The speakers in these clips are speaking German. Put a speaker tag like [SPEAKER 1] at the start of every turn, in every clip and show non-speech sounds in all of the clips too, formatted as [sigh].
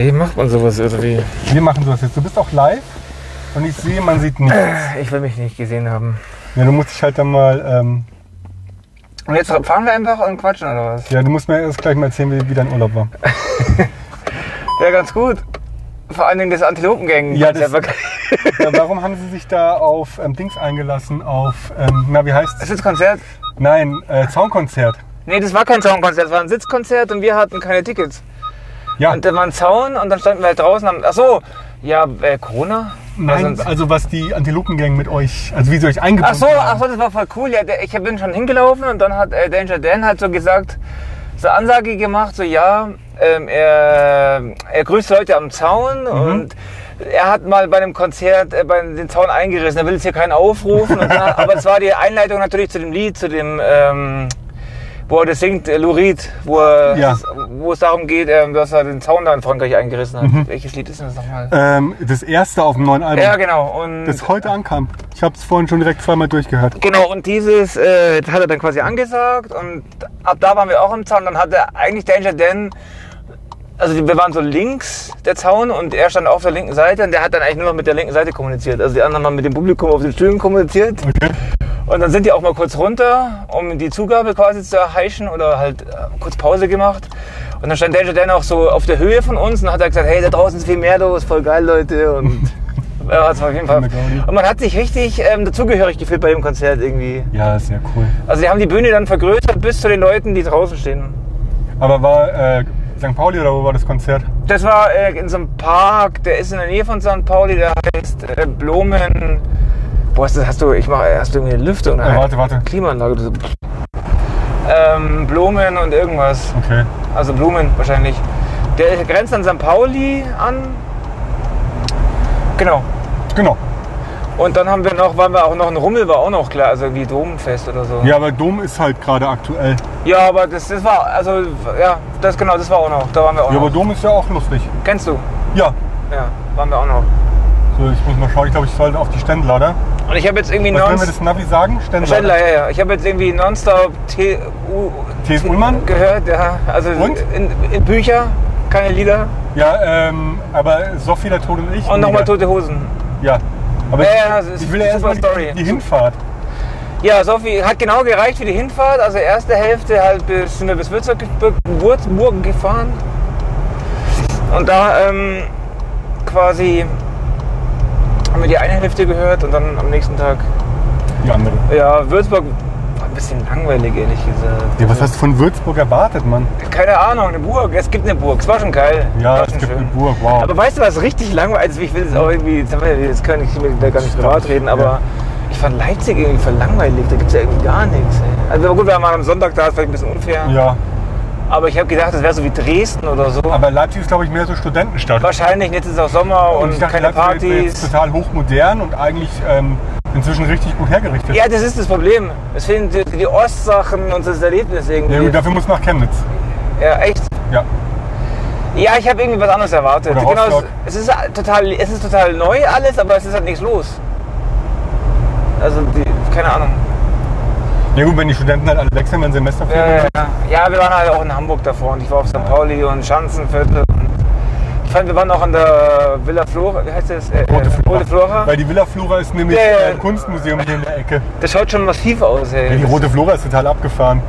[SPEAKER 1] Wie macht man sowas irgendwie?
[SPEAKER 2] Wir machen sowas jetzt. Du bist auch live und ich sehe, man sieht nichts.
[SPEAKER 1] Äh, Ich will mich nicht gesehen haben.
[SPEAKER 2] Ja, du musst dich halt dann mal. Ähm,
[SPEAKER 1] Und jetzt fahren wir einfach und quatschen oder was?
[SPEAKER 2] ja, du musst mir erst gleich mal erzählen, wie, wie dein Urlaub war.
[SPEAKER 1] Ja, ganz gut. Vor allen Dingen das Antilopengang.
[SPEAKER 2] Ja, das- Ja, warum haben sie sich da auf ähm, Dings eingelassen? Auf, ähm, na, wie heißt
[SPEAKER 1] das ist Konzert.
[SPEAKER 2] Nein, äh, Zaunkonzert.
[SPEAKER 1] Nee, das war kein Zaunkonzert, das war ein Sitzkonzert und wir hatten keine Tickets.
[SPEAKER 2] Ja,
[SPEAKER 1] Und da war ein Zaun und dann standen wir halt draußen. Haben, ach so, ja, äh, Corona?
[SPEAKER 2] nein,
[SPEAKER 1] Also-
[SPEAKER 2] also was die Antilopengang mit euch, also wie sie euch eingebunden
[SPEAKER 1] Ach so,
[SPEAKER 2] haben.
[SPEAKER 1] ach so, das war voll cool. Ja, der, ich bin schon hingelaufen und dann hat äh, Danger Dan halt so gesagt, so Ansage gemacht, so ja, ähm, er, er grüßt Leute am Zaun
[SPEAKER 2] Mhm.
[SPEAKER 1] und er hat mal bei einem Konzert äh, bei, den Zaun eingerissen. Er will jetzt hier keinen aufrufen. Und
[SPEAKER 2] [laughs]
[SPEAKER 1] dann, aber es war die Einleitung natürlich zu dem Lied, zu dem, ähm, wo er das singt, äh, Lurid, wo, er,
[SPEAKER 2] Ja.
[SPEAKER 1] wo es darum geht, ähm, dass er den Zaun da in Frankreich eingerissen hat.
[SPEAKER 2] Mhm.
[SPEAKER 1] Welches Lied ist denn das nochmal?
[SPEAKER 2] Ähm, das erste auf dem neuen Album,
[SPEAKER 1] Ja, genau. Und
[SPEAKER 2] Äh, das heute ankam. Ich habe es vorhin schon direkt zweimal durchgehört.
[SPEAKER 1] Genau, und dieses äh, hat er dann quasi angesagt und ab da waren wir auch im Zaun. Dann hat er eigentlich Danger Dan, also wir waren so links der Zaun und er stand auf der linken Seite und der hat dann eigentlich nur noch mit der linken Seite kommuniziert. Also die anderen haben mit dem Publikum auf den Stühlen kommuniziert
[SPEAKER 2] Okay.
[SPEAKER 1] und dann sind die auch mal kurz runter, um die Zugabe quasi zu erheischen oder halt äh, kurz Pause gemacht. Und dann stand Danger Dan auch so auf der Höhe von uns und dann hat er gesagt, hey, da draußen ist viel mehr los, voll geil, Leute. Und ja, das war auf jeden Fall. Und man hat sich richtig ähm, dazugehörig gefühlt bei dem Konzert irgendwie.
[SPEAKER 2] Ja, sehr cool.
[SPEAKER 1] Also die haben die Bühne dann vergrößert bis zu den Leuten, die draußen stehen.
[SPEAKER 2] Aber war äh, St. Pauli oder wo war das Konzert?
[SPEAKER 1] Das war äh, in so einem Park, der ist in der Nähe von St. Pauli, der heißt äh, Blomen. Boah, ist das, hast du, ich mach, hast du irgendwie eine Lüftung?
[SPEAKER 2] Äh, warte, warte.
[SPEAKER 1] Klimaanlage. Du so, ähm, Blumen und irgendwas.
[SPEAKER 2] Okay.
[SPEAKER 1] Also Blumen wahrscheinlich. Der grenzt an St. Pauli an. Genau.
[SPEAKER 2] Genau.
[SPEAKER 1] Und dann haben wir noch, waren wir auch noch, ein Rummel war auch noch klar, also irgendwie Domfest oder so.
[SPEAKER 2] Ja, aber Dom ist halt gerade aktuell.
[SPEAKER 1] Ja, aber das, das war, also, ja, das genau, das war auch noch. Da waren wir auch
[SPEAKER 2] Ja, aber
[SPEAKER 1] noch.
[SPEAKER 2] Dom ist ja auch lustig.
[SPEAKER 1] Kennst du?
[SPEAKER 2] Ja.
[SPEAKER 1] Ja, waren wir auch noch.
[SPEAKER 2] So, ich muss mal schauen. Ich glaube, ich sollte auf die Ständler, oder?
[SPEAKER 1] Und ich habe jetzt irgendwie
[SPEAKER 2] Was wollen wir
[SPEAKER 1] nonstop.
[SPEAKER 2] das Navi sagen? Ständler.
[SPEAKER 1] Schändler, ja, ja. Ich habe jetzt irgendwie nonstop T. U.
[SPEAKER 2] T.S. Ullmann?
[SPEAKER 1] gehört, ja. Also
[SPEAKER 2] Und?
[SPEAKER 1] In, in Bücher, keine Lieder.
[SPEAKER 2] Ja, ähm, aber Sophie, der Tod und ich.
[SPEAKER 1] Und nochmal
[SPEAKER 2] mega.
[SPEAKER 1] tote Hosen.
[SPEAKER 2] Ja. Aber
[SPEAKER 1] Ja, ja, das
[SPEAKER 2] ich,
[SPEAKER 1] ist
[SPEAKER 2] ich will ja
[SPEAKER 1] eine
[SPEAKER 2] erstmal
[SPEAKER 1] super
[SPEAKER 2] die,
[SPEAKER 1] Story.
[SPEAKER 2] die Hinfahrt.
[SPEAKER 1] Ja, Sophie hat genau gereicht für die Hinfahrt. Also erste Hälfte halt bis, sind wir bis Würzburg, Würzburg gefahren. Und da ähm, quasi haben wir die eine Hälfte gehört und dann am nächsten Tag.
[SPEAKER 2] Die andere.
[SPEAKER 1] Ja, Würzburg war ein bisschen langweilig, ehrlich gesagt.
[SPEAKER 2] Ja, was hast du von Würzburg erwartet, Mann?
[SPEAKER 1] Keine Ahnung, eine Burg. Es gibt eine Burg. Es war schon geil.
[SPEAKER 2] Ja,
[SPEAKER 1] war
[SPEAKER 2] es
[SPEAKER 1] schon
[SPEAKER 2] gibt
[SPEAKER 1] schön.
[SPEAKER 2] eine Burg, wow.
[SPEAKER 1] Aber weißt du was, richtig langweilig, also ich will jetzt auch irgendwie, jetzt, haben wir- jetzt kann ich mit da gar nicht privat reden, aber
[SPEAKER 2] Ja.
[SPEAKER 1] ich fand Leipzig irgendwie voll langweilig, da gibt es ja irgendwie gar nichts. Ey. Also gut, wir waren am Sonntag da, ist vielleicht ein bisschen unfair,
[SPEAKER 2] ja.
[SPEAKER 1] aber ich habe gedacht, das wäre so wie Dresden oder so.
[SPEAKER 2] Aber Leipzig ist, glaube ich, mehr so Studentenstadt.
[SPEAKER 1] Wahrscheinlich, jetzt ist auch Sommer und, keine
[SPEAKER 2] Leipzig ist halt jetzt
[SPEAKER 1] Partys.
[SPEAKER 2] total hochmodern und eigentlich ähm, inzwischen richtig gut hergerichtet.
[SPEAKER 1] Ja, das ist das Problem. Es fehlen die, die Ostsachen und das Erlebnis irgendwie.
[SPEAKER 2] Ja, gut, dafür muss nach Chemnitz.
[SPEAKER 1] ja echt.
[SPEAKER 2] Ja.
[SPEAKER 1] Ja, ich habe irgendwie was anderes erwartet.
[SPEAKER 2] Oder
[SPEAKER 1] Genau,
[SPEAKER 2] Rostock.
[SPEAKER 1] es, es, ist total, es ist total neu alles, aber es ist halt nichts los. Also, die, keine Ahnung.
[SPEAKER 2] Ja gut, wenn die Studenten halt alle wechseln, wenn Semesterferien
[SPEAKER 1] Ja, ja,
[SPEAKER 2] sind.
[SPEAKER 1] ja. ja, wir waren halt auch in Hamburg davor und ich war auf St. Pauli und Schanzenviertel. Und ich fand, wir waren auch an der Villa Flora, wie heißt das? Äh, äh,
[SPEAKER 2] Rote Flora.
[SPEAKER 1] Rote Flora.
[SPEAKER 2] Weil die Villa Flora ist nämlich äh,
[SPEAKER 1] Ja, ja, ja.
[SPEAKER 2] ein Kunstmuseum hier in der Ecke.
[SPEAKER 1] Das schaut schon massiv aus, ey.
[SPEAKER 2] Ja, die Rote Flora ist total abgefahren.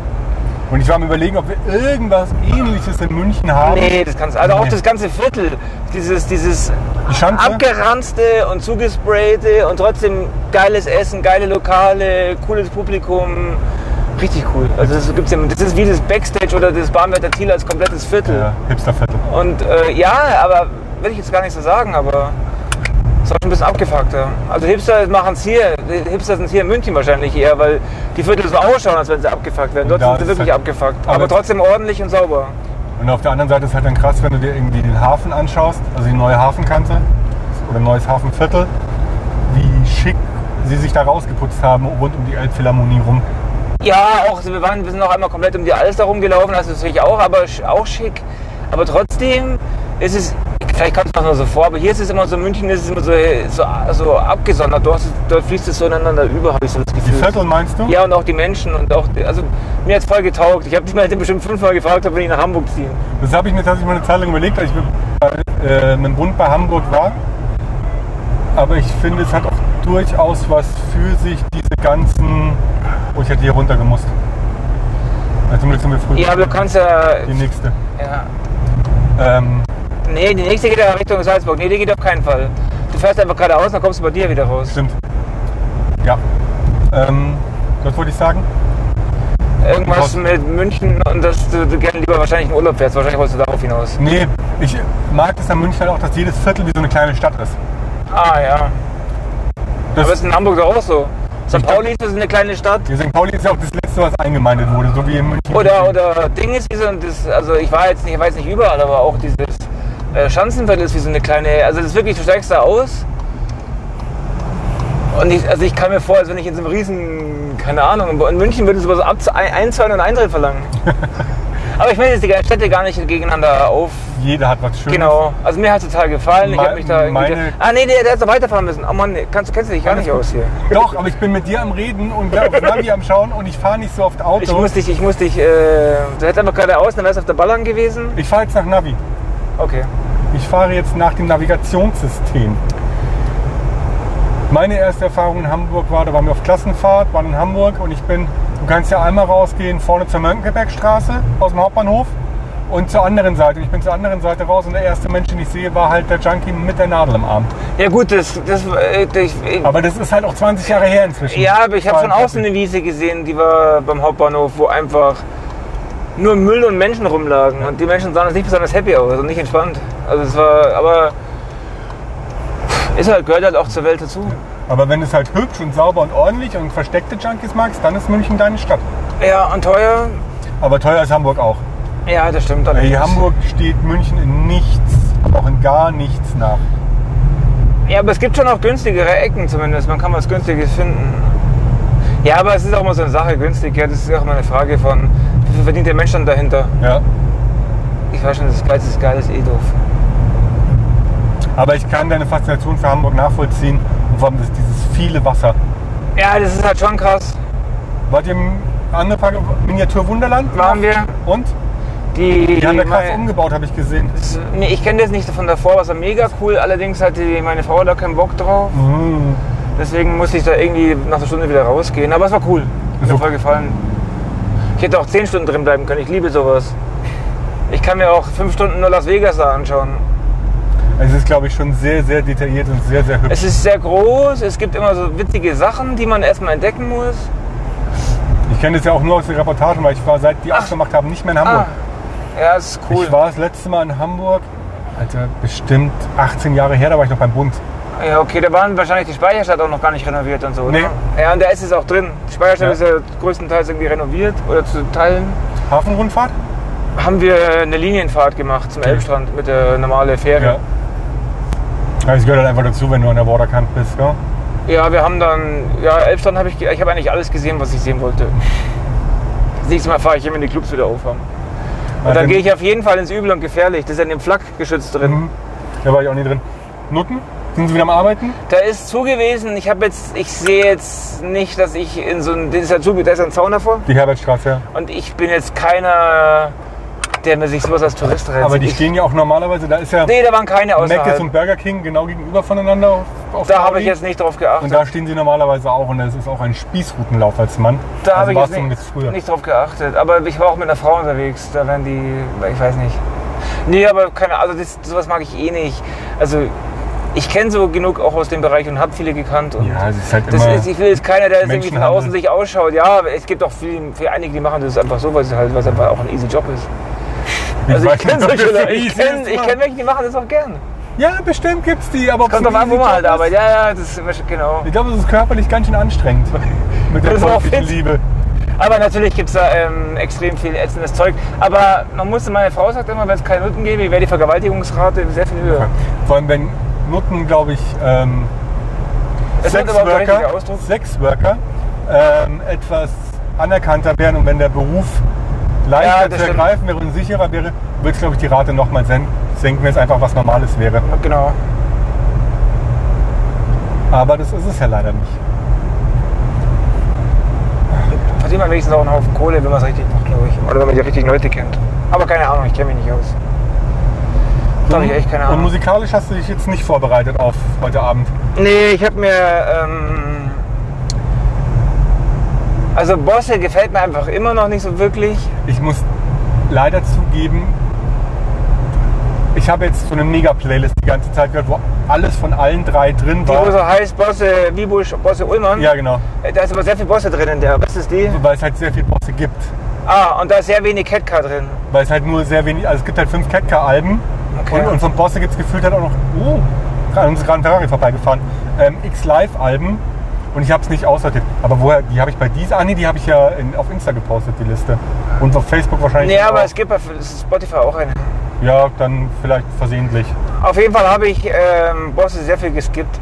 [SPEAKER 2] Und ich war am überlegen, ob wir irgendwas ähnliches in München haben.
[SPEAKER 1] Nee, das kannst Also auch
[SPEAKER 2] Nee.
[SPEAKER 1] das ganze Viertel, dieses, dieses
[SPEAKER 2] Die Schanze?
[SPEAKER 1] abgeranzte und zugesprayte und trotzdem geiles Essen, geile Lokale, cooles Publikum. Richtig cool. Also das gibt's ja, das ist wie das Backstage oder das Bahnwärter Thiel als komplettes Viertel.
[SPEAKER 2] Ja, Äh, Hipsterviertel.
[SPEAKER 1] Und äh, ja, aber will ich jetzt gar nicht so sagen, aber es war schon ein bisschen abgefuckter. Also Hipster machen es hier, die Hipster sind hier in München wahrscheinlich eher, weil die Viertel so ausschauen, als wenn sie abgefuckt werden. Dort
[SPEAKER 2] Da
[SPEAKER 1] sind sie
[SPEAKER 2] ist
[SPEAKER 1] wirklich
[SPEAKER 2] halt-
[SPEAKER 1] abgefuckt.
[SPEAKER 2] aber-
[SPEAKER 1] aber trotzdem ordentlich und sauber.
[SPEAKER 2] Und auf der anderen Seite ist halt dann krass, wenn du dir irgendwie den Hafen anschaust, also die neue Hafenkante oder ein neues Hafenviertel, wie schick sie sich da rausgeputzt haben rund um die Elbphilharmonie rum.
[SPEAKER 1] Ja, auch, also wir, waren, wir sind noch einmal komplett also um die Alster rumgelaufen, das ist natürlich auch, aber sch- auch schick. Aber trotzdem ist es, vielleicht kommt es mir auch nur so vor, aber hier ist es immer so, in München ist es immer so, so, so abgesondert, dort, dort fließt es so ineinander über, habe ich so das
[SPEAKER 2] Die
[SPEAKER 1] Gefühl.
[SPEAKER 2] Viertel meinst du?
[SPEAKER 1] Ja, und auch die Menschen und auch, die- also mir hat es voll getaugt. Ich habe dich mal [laughs] bestimmt fünfmal gefragt, ob wir nach Hamburg ziehen.
[SPEAKER 2] Das habe ich mir tatsächlich mal eine Zeit lang überlegt, als ich mit, äh, mit dem Bund bei Hamburg war. Aber ich finde, es hat auch durchaus was für sich, diese ganzen. Oh, ich hätte hier runter gemusst. Also zum Glück sind wir früh.
[SPEAKER 1] Ja, aber du kannst ja,
[SPEAKER 2] Die nächste.
[SPEAKER 1] ja.
[SPEAKER 2] Ähm,
[SPEAKER 1] Nee, die nächste geht ja Richtung Salzburg. Nee, die geht auf keinen Fall. Du fährst einfach geradeaus, dann kommst du bei dir wieder raus.
[SPEAKER 2] stimmt. Ja. Ähm, was wollte ich sagen?
[SPEAKER 1] Irgendwas mit München und dass du, du gerne lieber wahrscheinlich in Urlaub fährst. Wahrscheinlich wolltest du darauf hinaus.
[SPEAKER 2] Nee, ich mag das an München halt auch, dass jedes Viertel wie so eine kleine Stadt ist.
[SPEAKER 1] Ah ja.
[SPEAKER 2] Das,
[SPEAKER 1] Aber ist in Hamburg doch auch so. St.
[SPEAKER 2] Ich glaub-
[SPEAKER 1] Pauli ist eine kleine Stadt.
[SPEAKER 2] Ja, St. Pauli ist ja auch das letzte, was eingemeindet wurde, so wie in München.
[SPEAKER 1] Oder, oder Ding ist wie so ein, das, also ich war jetzt nicht, ich war jetzt nicht überall, aber auch dieses äh, Schanzenviertel ist wie so eine kleine, also das ist wirklich, du steigst da aus und ich, also ich kam mir vor, als wenn ich in so einem riesen, keine Ahnung, in München würde sowas ab, ein, einzahlen und Eintritt verlangen. aber ich will jetzt die ganzen Städte gar nicht gegeneinander auf,
[SPEAKER 2] Jeder hat was Schönes.
[SPEAKER 1] genau, also mir hat es total gefallen, ich
[SPEAKER 2] Me-
[SPEAKER 1] habe mich da irgendwie,
[SPEAKER 2] meine-
[SPEAKER 1] ah nee, der, der hätte noch weiterfahren müssen, oh Mann, kannst, du kennst du dich gar nicht aus hier.
[SPEAKER 2] Doch, aber ich bin mit dir am Reden und aufs Navi am Schauen und ich fahre nicht so oft Auto.
[SPEAKER 1] Ich muss dich, ich muss dich, äh, du hättest einfach geradeaus, dann wärst du auf der Ballern gewesen.
[SPEAKER 2] Ich fahre jetzt nach Navi.
[SPEAKER 1] Okay.
[SPEAKER 2] Ich fahre jetzt nach dem Navigationssystem. Meine erste Erfahrung in Hamburg war, da waren wir auf Klassenfahrt, waren in Hamburg und ich bin, du kannst ja einmal rausgehen, vorne zur Mönckebergstraße aus dem Hauptbahnhof und zur anderen Seite. Und ich bin zur anderen Seite raus und der erste Mensch, den ich sehe, war halt der Junkie mit der Nadel im Arm.
[SPEAKER 1] Ja gut, das, das äh, ich, ich-
[SPEAKER 2] Aber das ist halt auch 20 Jahre her inzwischen.
[SPEAKER 1] ja, aber ich habe von
[SPEAKER 2] 42.
[SPEAKER 1] außen eine Wiese gesehen, die war beim Hauptbahnhof, wo einfach nur Müll und Menschen rumlagen und die Menschen sahen jetzt nicht besonders happy aus und nicht entspannt. Also es war, aber ist halt gehört halt auch zur Welt dazu.
[SPEAKER 2] Aber wenn du es halt hübsch und sauber und ordentlich und versteckte Junkies magst, dann ist München deine Stadt.
[SPEAKER 1] Ja und teuer.
[SPEAKER 2] Aber teuer ist Hamburg auch.
[SPEAKER 1] Ja, das stimmt.
[SPEAKER 2] Ey,
[SPEAKER 1] allerdings.
[SPEAKER 2] Hamburg steht München in nichts, auch in gar nichts nach.
[SPEAKER 1] Ja, aber es gibt schon auch günstigere Ecken zumindest. Man kann was Günstiges finden. Ja, aber es ist auch immer so eine Sache günstig. Ja, das ist auch immer eine Frage von, wie viel verdient der Mensch dann dahinter?
[SPEAKER 2] Ja.
[SPEAKER 1] Ich weiß schon, das Geiz ist geil, das ist eh doof.
[SPEAKER 2] Aber ich kann deine Faszination für Hamburg nachvollziehen und vor allem das, dieses viele Wasser.
[SPEAKER 1] Ja, das ist halt schon krass.
[SPEAKER 2] Wart ihr im Angepark Miniatur Wunderland?
[SPEAKER 1] Waren wir?
[SPEAKER 2] Und?
[SPEAKER 1] Die,
[SPEAKER 2] Die haben da krass
[SPEAKER 1] meine-
[SPEAKER 2] umgebaut, habe ich gesehen.
[SPEAKER 1] das- nee, ich kenne das nicht von davor, was war mega cool. Allerdings hatte die- meine Frau da keinen Bock drauf.
[SPEAKER 2] Mhm.
[SPEAKER 1] Deswegen musste ich da irgendwie nach einer Stunde wieder rausgehen. Aber es war cool. Mir
[SPEAKER 2] So.
[SPEAKER 1] voll gefallen. Ich hätte auch 10 Stunden drin bleiben können. Ich liebe sowas. Ich kann mir auch 5 Stunden nur Las Vegas da anschauen.
[SPEAKER 2] Es ist, glaube ich, schon sehr, sehr detailliert und sehr, sehr hübsch.
[SPEAKER 1] Es ist sehr groß. Es gibt immer so witzige Sachen, die man erstmal entdecken muss.
[SPEAKER 2] Ich kenne das ja auch nur aus den Reportagen, weil ich war, seit die aufgemacht haben, nicht mehr in
[SPEAKER 1] Ah.
[SPEAKER 2] Hamburg.
[SPEAKER 1] Ja, es ist cool.
[SPEAKER 2] Ich war das letzte Mal in Hamburg, Alter, bestimmt 18 Jahre her, da war ich noch beim Bund.
[SPEAKER 1] Ja, okay, da waren wahrscheinlich die Speicherstadt auch noch gar nicht renoviert und so.
[SPEAKER 2] Nee.
[SPEAKER 1] Ne? Ja, und da ist es auch drin. Die Speicherstadt
[SPEAKER 2] Ja.
[SPEAKER 1] ist ja größtenteils irgendwie renoviert oder zu Teilen.
[SPEAKER 2] Hafenrundfahrt?
[SPEAKER 1] Haben wir eine Linienfahrt gemacht zum Elbstrand mit der normalen Fähre.
[SPEAKER 2] Ja, Es gehört halt einfach dazu, wenn du an der Waterkant bist, gell?
[SPEAKER 1] Ja, wir haben dann, ja, Elbstrand habe ich, ge- ich habe eigentlich alles gesehen, was ich sehen wollte. Das nächste Mal fahre ich immer in die Clubs wieder auf. Und
[SPEAKER 2] Also,
[SPEAKER 1] dann gehe ich auf jeden Fall ins Übel und Gefährlich. Das ist ja in dem Flakgeschütz drin.
[SPEAKER 2] Mhm. Da war ich auch nie drin. Nutten? Sind sie wieder am Arbeiten?
[SPEAKER 1] Da ist zu gewesen, ich habe jetzt, ich sehe jetzt nicht, dass ich in so ein, das ist ja zu, da ist ja ein Zaun davor.
[SPEAKER 2] Die Herbertstraße, ja.
[SPEAKER 1] Und ich bin jetzt keiner, der mir sich sowas als Tourist reinzieht.
[SPEAKER 2] Aber
[SPEAKER 1] Also
[SPEAKER 2] die
[SPEAKER 1] Ich-
[SPEAKER 2] stehen ja auch normalerweise, da ist ja
[SPEAKER 1] Nee, da waren keine
[SPEAKER 2] Mc's und
[SPEAKER 1] außerhalb.
[SPEAKER 2] Burger King genau gegenüber voneinander. auf- Auf
[SPEAKER 1] Da
[SPEAKER 2] der
[SPEAKER 1] habe
[SPEAKER 2] Audi.
[SPEAKER 1] ich jetzt nicht drauf geachtet.
[SPEAKER 2] Und da stehen sie normalerweise auch und es ist auch ein Spießrutenlauf als Mann.
[SPEAKER 1] Da
[SPEAKER 2] also
[SPEAKER 1] habe ich
[SPEAKER 2] warst
[SPEAKER 1] jetzt
[SPEAKER 2] du zumindest
[SPEAKER 1] nicht,
[SPEAKER 2] früher.
[SPEAKER 1] nicht drauf geachtet. Aber ich war auch mit einer Frau unterwegs. Da werden die, ich weiß nicht. Nee, aber keine also das, sowas mag ich eh nicht. Also ich kenne so genug auch aus dem Bereich und habe viele gekannt. Und
[SPEAKER 2] Ja, es ist halt
[SPEAKER 1] das
[SPEAKER 2] immer.
[SPEAKER 1] ist, ich will jetzt keiner, der jetzt irgendwie von
[SPEAKER 2] Menschenhandel.
[SPEAKER 1] außen sich ausschaut. Ja, aber es gibt auch viele, viele einige, die machen das einfach so, weil es halt, weil es einfach auch ein easy Job ist. Also ich
[SPEAKER 2] weiß
[SPEAKER 1] kenne
[SPEAKER 2] nicht, ob
[SPEAKER 1] solche
[SPEAKER 2] das
[SPEAKER 1] Leute.
[SPEAKER 2] easy
[SPEAKER 1] Ich kenne
[SPEAKER 2] ist,
[SPEAKER 1] ich
[SPEAKER 2] Mann.
[SPEAKER 1] kenn welche, die machen das auch gern.
[SPEAKER 2] Ja, bestimmt gibt's die, aber ob's
[SPEAKER 1] Kommt
[SPEAKER 2] ein
[SPEAKER 1] drauf an, wo
[SPEAKER 2] Easy
[SPEAKER 1] man
[SPEAKER 2] Job
[SPEAKER 1] halt
[SPEAKER 2] ist?
[SPEAKER 1] arbeitet. Ja, ja, das ist genau.
[SPEAKER 2] Ich glaube, es ist körperlich ganz schön anstrengend. [laughs] Mit der
[SPEAKER 1] Das ist auch
[SPEAKER 2] körperlichen
[SPEAKER 1] fit.
[SPEAKER 2] Liebe.
[SPEAKER 1] Aber natürlich gibt es da ähm, extrem viel ätzendes Zeug. Aber man musste, meine Frau sagt immer, wenn es keine Nutten gäbe, wäre die Vergewaltigungsrate sehr viel höher.
[SPEAKER 2] Vor allem, wenn Nutten, glaube ich, ähm,
[SPEAKER 1] Es wird überhaupt der richtige
[SPEAKER 2] Sexworker,
[SPEAKER 1] Ausdruck.
[SPEAKER 2] Sexworker ähm, etwas anerkannter wären und wenn der Beruf leichter
[SPEAKER 1] Ja, das
[SPEAKER 2] zu
[SPEAKER 1] stimmt.
[SPEAKER 2] ergreifen wäre und sicherer wäre, würde es, glaube ich, die Rate nochmal senken. senken wir jetzt einfach, was Normales wäre.
[SPEAKER 1] Genau.
[SPEAKER 2] Aber das ist es ja leider nicht.
[SPEAKER 1] Verdient man wenigstens auch einen Haufen Kohle, wenn man es richtig macht, glaube ich. Oder wenn man die richtigen Leute kennt. Aber keine Ahnung, ich kenne mich nicht aus. Da habe ich echt keine
[SPEAKER 2] Und
[SPEAKER 1] Ahnung.
[SPEAKER 2] musikalisch hast du dich jetzt nicht vorbereitet auf heute Abend.
[SPEAKER 1] Nee, ich habe mir. Ähm, also Bosse gefällt mir einfach immer noch nicht so wirklich.
[SPEAKER 2] Ich muss leider zugeben, ich habe jetzt so eine Mega-Playlist die ganze Zeit gehört, wo alles von allen drei drin
[SPEAKER 1] Die wo
[SPEAKER 2] war.
[SPEAKER 1] so heißt Bosse Wiebusch, Bosse Ullmann.
[SPEAKER 2] Ja, genau.
[SPEAKER 1] Da ist aber sehr viel Bosse drin in der. Was ist die?
[SPEAKER 2] Weil es halt sehr viel Bosse gibt.
[SPEAKER 1] Ah, und da ist sehr wenig Catcar drin.
[SPEAKER 2] Weil es halt nur sehr wenig, also es gibt halt fünf Ketka-Alben.
[SPEAKER 1] Okay.
[SPEAKER 2] Und, und von Bosse gibt es gefühlt halt auch noch, oh, an uns Gran Ferrari vorbeigefahren, ähm, X-Live-Alben. Und ich habe es nicht aussortiert. Aber woher, die habe ich bei dieser, ah nee, die habe ich ja in, auf Insta gepostet, die Liste. Und auf Facebook wahrscheinlich.
[SPEAKER 1] Nee,
[SPEAKER 2] auch.
[SPEAKER 1] aber es gibt bei Spotify auch eine.
[SPEAKER 2] Ja, dann vielleicht versehentlich.
[SPEAKER 1] Auf jeden Fall habe ich ähm, Bosse sehr viel geskippt.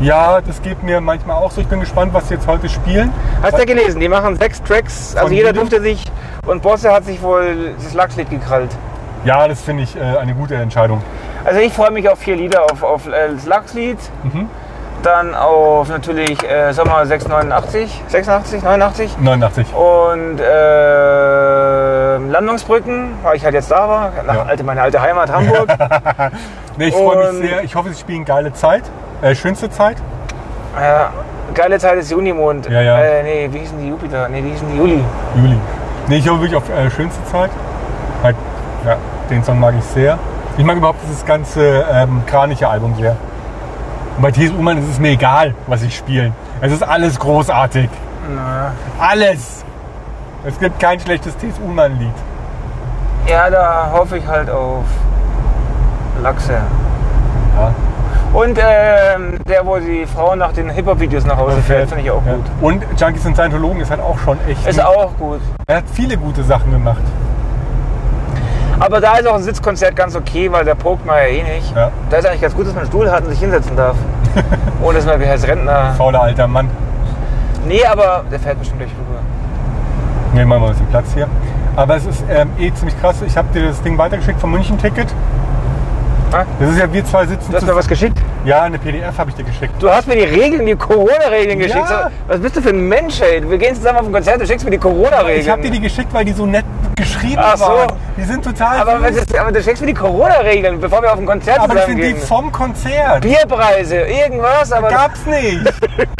[SPEAKER 2] Ja, das geht mir manchmal auch so. Ich bin gespannt, was sie jetzt heute spielen.
[SPEAKER 1] Hast du gelesen? Die machen sechs Tracks, also
[SPEAKER 2] Von
[SPEAKER 1] jeder
[SPEAKER 2] jedem?
[SPEAKER 1] durfte sich. Und Bosse hat sich wohl das Lachslied gekrallt.
[SPEAKER 2] Ja, das finde ich äh, eine gute Entscheidung.
[SPEAKER 1] Also ich freue mich auf vier Lieder, auf, auf äh, das Lachslied,
[SPEAKER 2] Mhm.
[SPEAKER 1] dann auf natürlich äh, Sommer 689, 86, 89
[SPEAKER 2] 89.
[SPEAKER 1] und äh, Landungsbrücken, weil ich halt jetzt da war, nach
[SPEAKER 2] Ja.
[SPEAKER 1] alte, meine alte Heimat
[SPEAKER 2] [laughs]
[SPEAKER 1] Hamburg.
[SPEAKER 2] Nee, ich freue
[SPEAKER 1] Und-
[SPEAKER 2] mich sehr. Ich hoffe, sie spielen geile Zeit. Äh, schönste Zeit.
[SPEAKER 1] ja, geile Zeit ist Junimond.
[SPEAKER 2] Ja, ja.
[SPEAKER 1] Äh, nee, wie hießen die Jupiter? Nee, wie hießen die Juli?
[SPEAKER 2] Juli. Nee, ich hoffe wirklich auf äh, schönste Zeit. Halt, ja, den Song mag ich sehr. Ich mag überhaupt dieses ganze ähm, Kraniche Album sehr. Und bei TSU Mann ist es mir egal, was ich spielen. Es ist alles großartig.
[SPEAKER 1] Na,
[SPEAKER 2] Alles! Es gibt kein schlechtes TSU Mann Lied.
[SPEAKER 1] Ja, da hoffe ich halt auf Lachse.
[SPEAKER 2] Ja.
[SPEAKER 1] Und ähm, der, wo die Frau nach den Hip-Hop-Videos nach Hause fährt, finde ich auch
[SPEAKER 2] Ja.
[SPEAKER 1] gut.
[SPEAKER 2] Und Junkies und Scientologen ist halt auch schon echt.
[SPEAKER 1] Ist auch gut.
[SPEAKER 2] er hat viele gute Sachen gemacht.
[SPEAKER 1] Aber da ist auch ein Sitzkonzert ganz okay, weil der pokt man ja eh nicht.
[SPEAKER 2] Ja.
[SPEAKER 1] Da ist eigentlich ganz gut, dass man einen Stuhl hat und sich hinsetzen darf.
[SPEAKER 2] [laughs]
[SPEAKER 1] Ohne dass man wie als Rentner.
[SPEAKER 2] Fauler alter Mann.
[SPEAKER 1] Nee, aber der fällt bestimmt gleich rüber.
[SPEAKER 2] Nehmen wir mal ein bisschen Platz hier. Aber es ist ähm, eh ziemlich krass. Ich habe dir das Ding weitergeschickt vom München-Ticket.
[SPEAKER 1] Ah.
[SPEAKER 2] Das ist ja, wir zwei sitzen.
[SPEAKER 1] Du hast
[SPEAKER 2] zu-
[SPEAKER 1] mir was geschickt?
[SPEAKER 2] Ja, eine PDF habe ich dir geschickt.
[SPEAKER 1] Du hast mir die Regeln, die Corona-Regeln
[SPEAKER 2] Ja.
[SPEAKER 1] geschickt. So, Was bist du für ein Mensch, ey? Wir gehen zusammen auf ein Konzert, du schickst mir die Corona-Regeln.
[SPEAKER 2] Ich habe dir die geschickt, weil die so nett geschrieben
[SPEAKER 1] ne. Ach so.
[SPEAKER 2] waren. Die sind total.
[SPEAKER 1] aber,
[SPEAKER 2] süß.
[SPEAKER 1] was ist, aber du schickst mir die Corona-Regeln, bevor wir auf ein Konzert
[SPEAKER 2] aber das
[SPEAKER 1] zusammen
[SPEAKER 2] sind die
[SPEAKER 1] gehen.
[SPEAKER 2] vom Konzert.
[SPEAKER 1] Bierpreise, irgendwas, aber...
[SPEAKER 2] Gab's
[SPEAKER 1] [laughs]
[SPEAKER 2] nicht.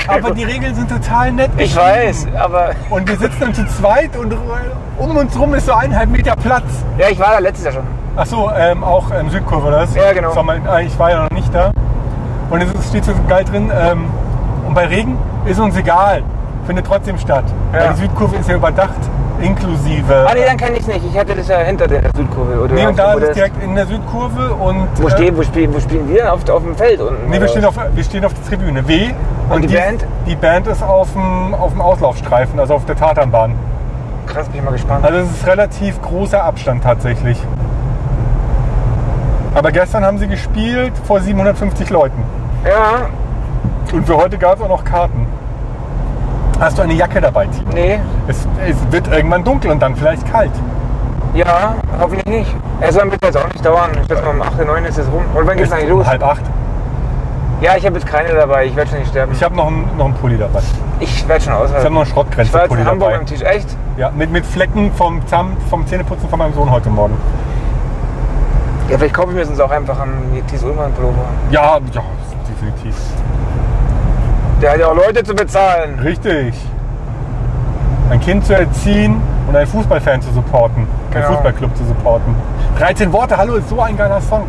[SPEAKER 2] Aber die Regeln sind total nett
[SPEAKER 1] ich
[SPEAKER 2] geschrieben.
[SPEAKER 1] weiß, aber...
[SPEAKER 2] Und wir sitzen dann zu zweit und um uns rum ist so eineinhalb Meter Platz.
[SPEAKER 1] Ja, ich war da letztes Jahr schon.
[SPEAKER 2] Ach so, ähm, auch ähm, Südkurve oder was?
[SPEAKER 1] Ja, genau.
[SPEAKER 2] Sommer, ah, ich war ja noch nicht da. Und es ist- steht so geil drin. Ähm, und bei Regen ist uns egal. Findet trotzdem statt.
[SPEAKER 1] Ja.
[SPEAKER 2] Weil die Südkurve ist ja überdacht, inklusive.
[SPEAKER 1] Ah, nee, dann kann ich nicht. Ich hätte das ja hinter der Südkurve. Oder
[SPEAKER 2] nee,
[SPEAKER 1] auf
[SPEAKER 2] und da
[SPEAKER 1] dem
[SPEAKER 2] ist es
[SPEAKER 1] Podest.
[SPEAKER 2] direkt in der Südkurve und.
[SPEAKER 1] Wo,
[SPEAKER 2] äh,
[SPEAKER 1] stehen, wo, spielen, wo spielen wir? Auf, auf dem Feld unten?
[SPEAKER 2] Nee,
[SPEAKER 1] oder?
[SPEAKER 2] wir stehen, auf, wir stehen auf der Tribüne. W.
[SPEAKER 1] Und die Band?
[SPEAKER 2] Die Band ist auf dem, auf dem Auslaufstreifen, also auf der Tatanbahn.
[SPEAKER 1] Krass, bin ich mal gespannt.
[SPEAKER 2] Also es ist relativ großer Abstand tatsächlich. Aber gestern haben sie gespielt vor 750 Leuten.
[SPEAKER 1] ja,
[SPEAKER 2] Und für heute gab es auch noch Karten. Hast du eine Jacke dabei, Timo?
[SPEAKER 1] nee,
[SPEAKER 2] Es, es wird irgendwann dunkel und dann vielleicht kalt.
[SPEAKER 1] ja, hoffentlich nicht. Er soll bitte jetzt auch nicht dauern. Ich schätze mal, um 8, 9 ist es rum. Oder wann geht's eigentlich los?
[SPEAKER 2] Halb acht.
[SPEAKER 1] Ja, ich habe jetzt keine dabei. Ich werde schon nicht sterben.
[SPEAKER 2] Ich habe noch, einen- noch einen Pulli dabei.
[SPEAKER 1] Ich werde schon
[SPEAKER 2] Ich habe
[SPEAKER 1] aushalten.
[SPEAKER 2] noch einen
[SPEAKER 1] Ich war jetzt
[SPEAKER 2] Schrottgrenze-Pulli
[SPEAKER 1] in Hamburg
[SPEAKER 2] dabei.
[SPEAKER 1] am Tisch. Echt?
[SPEAKER 2] Ja, mit, mit Flecken vom, Zahn, vom Zähneputzen von meinem Sohn heute Morgen.
[SPEAKER 1] Ja, vielleicht kaufe ich mir sonst auch einfach einen Thies Ullmann Pullover.
[SPEAKER 2] Ja, ja, definitiv.
[SPEAKER 1] Der hat ja auch Leute zu bezahlen.
[SPEAKER 2] Richtig. Ein Kind zu erziehen und einen Fußballfan zu supporten. Einen
[SPEAKER 1] Genau.
[SPEAKER 2] Fußballclub zu supporten. 13 Worte, hallo, ist so ein geiler Song.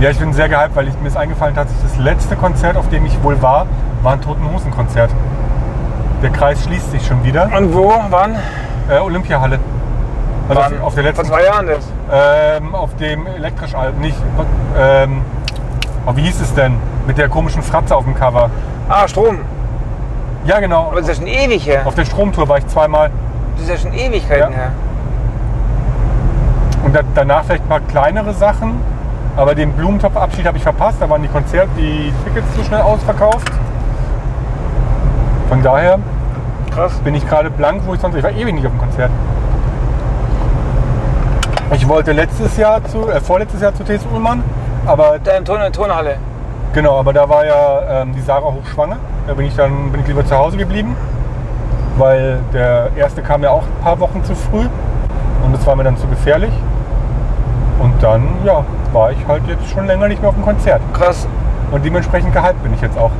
[SPEAKER 2] Ja, ich bin sehr gehypt, weil ich mir ist eingefallen tatsächlich das letzte Konzert, auf dem ich wohl war, war ein Toten Hosen Konzert. Der Kreis schließt sich schon wieder.
[SPEAKER 1] Und wo? Wann?
[SPEAKER 2] Äh, Olympiahalle. Also auf, auf
[SPEAKER 1] Vor
[SPEAKER 2] der letzten,
[SPEAKER 1] zwei Jahren das.
[SPEAKER 2] ähm, auf dem elektrisch Album, nicht, ähm, oh, wie hieß es denn? Mit der komischen Fratze auf dem Cover.
[SPEAKER 1] Ah, Strom.
[SPEAKER 2] Ja, genau.
[SPEAKER 1] Aber das ist ja schon ewig her.
[SPEAKER 2] Auf der Stromtour war ich zweimal.
[SPEAKER 1] Das ist ja schon Ewigkeiten
[SPEAKER 2] Ja.
[SPEAKER 1] her.
[SPEAKER 2] Und da, danach vielleicht ein paar kleinere Sachen. Aber den Blumentopf-Abschied habe ich verpasst. Da waren die Konzerte, die Tickets zu schnell ausverkauft. Von daher
[SPEAKER 1] Krass.
[SPEAKER 2] bin ich gerade blank, wo ich sonst. Ich war ewig nicht auf dem Konzert. Ich wollte letztes Jahr zu, äh, vorletztes Jahr zu TS Ullmann, aber
[SPEAKER 1] Da im Ton Turnhalle.
[SPEAKER 2] Genau, aber da war ja ähm, die Sarah hochschwanger. Da bin ich dann bin ich lieber zu Hause geblieben, weil der erste kam ja auch ein paar Wochen zu früh und das war mir dann zu gefährlich. Und dann ja, war ich halt jetzt schon länger nicht mehr auf dem Konzert
[SPEAKER 1] Krass.
[SPEAKER 2] und dementsprechend gehypt bin ich jetzt auch.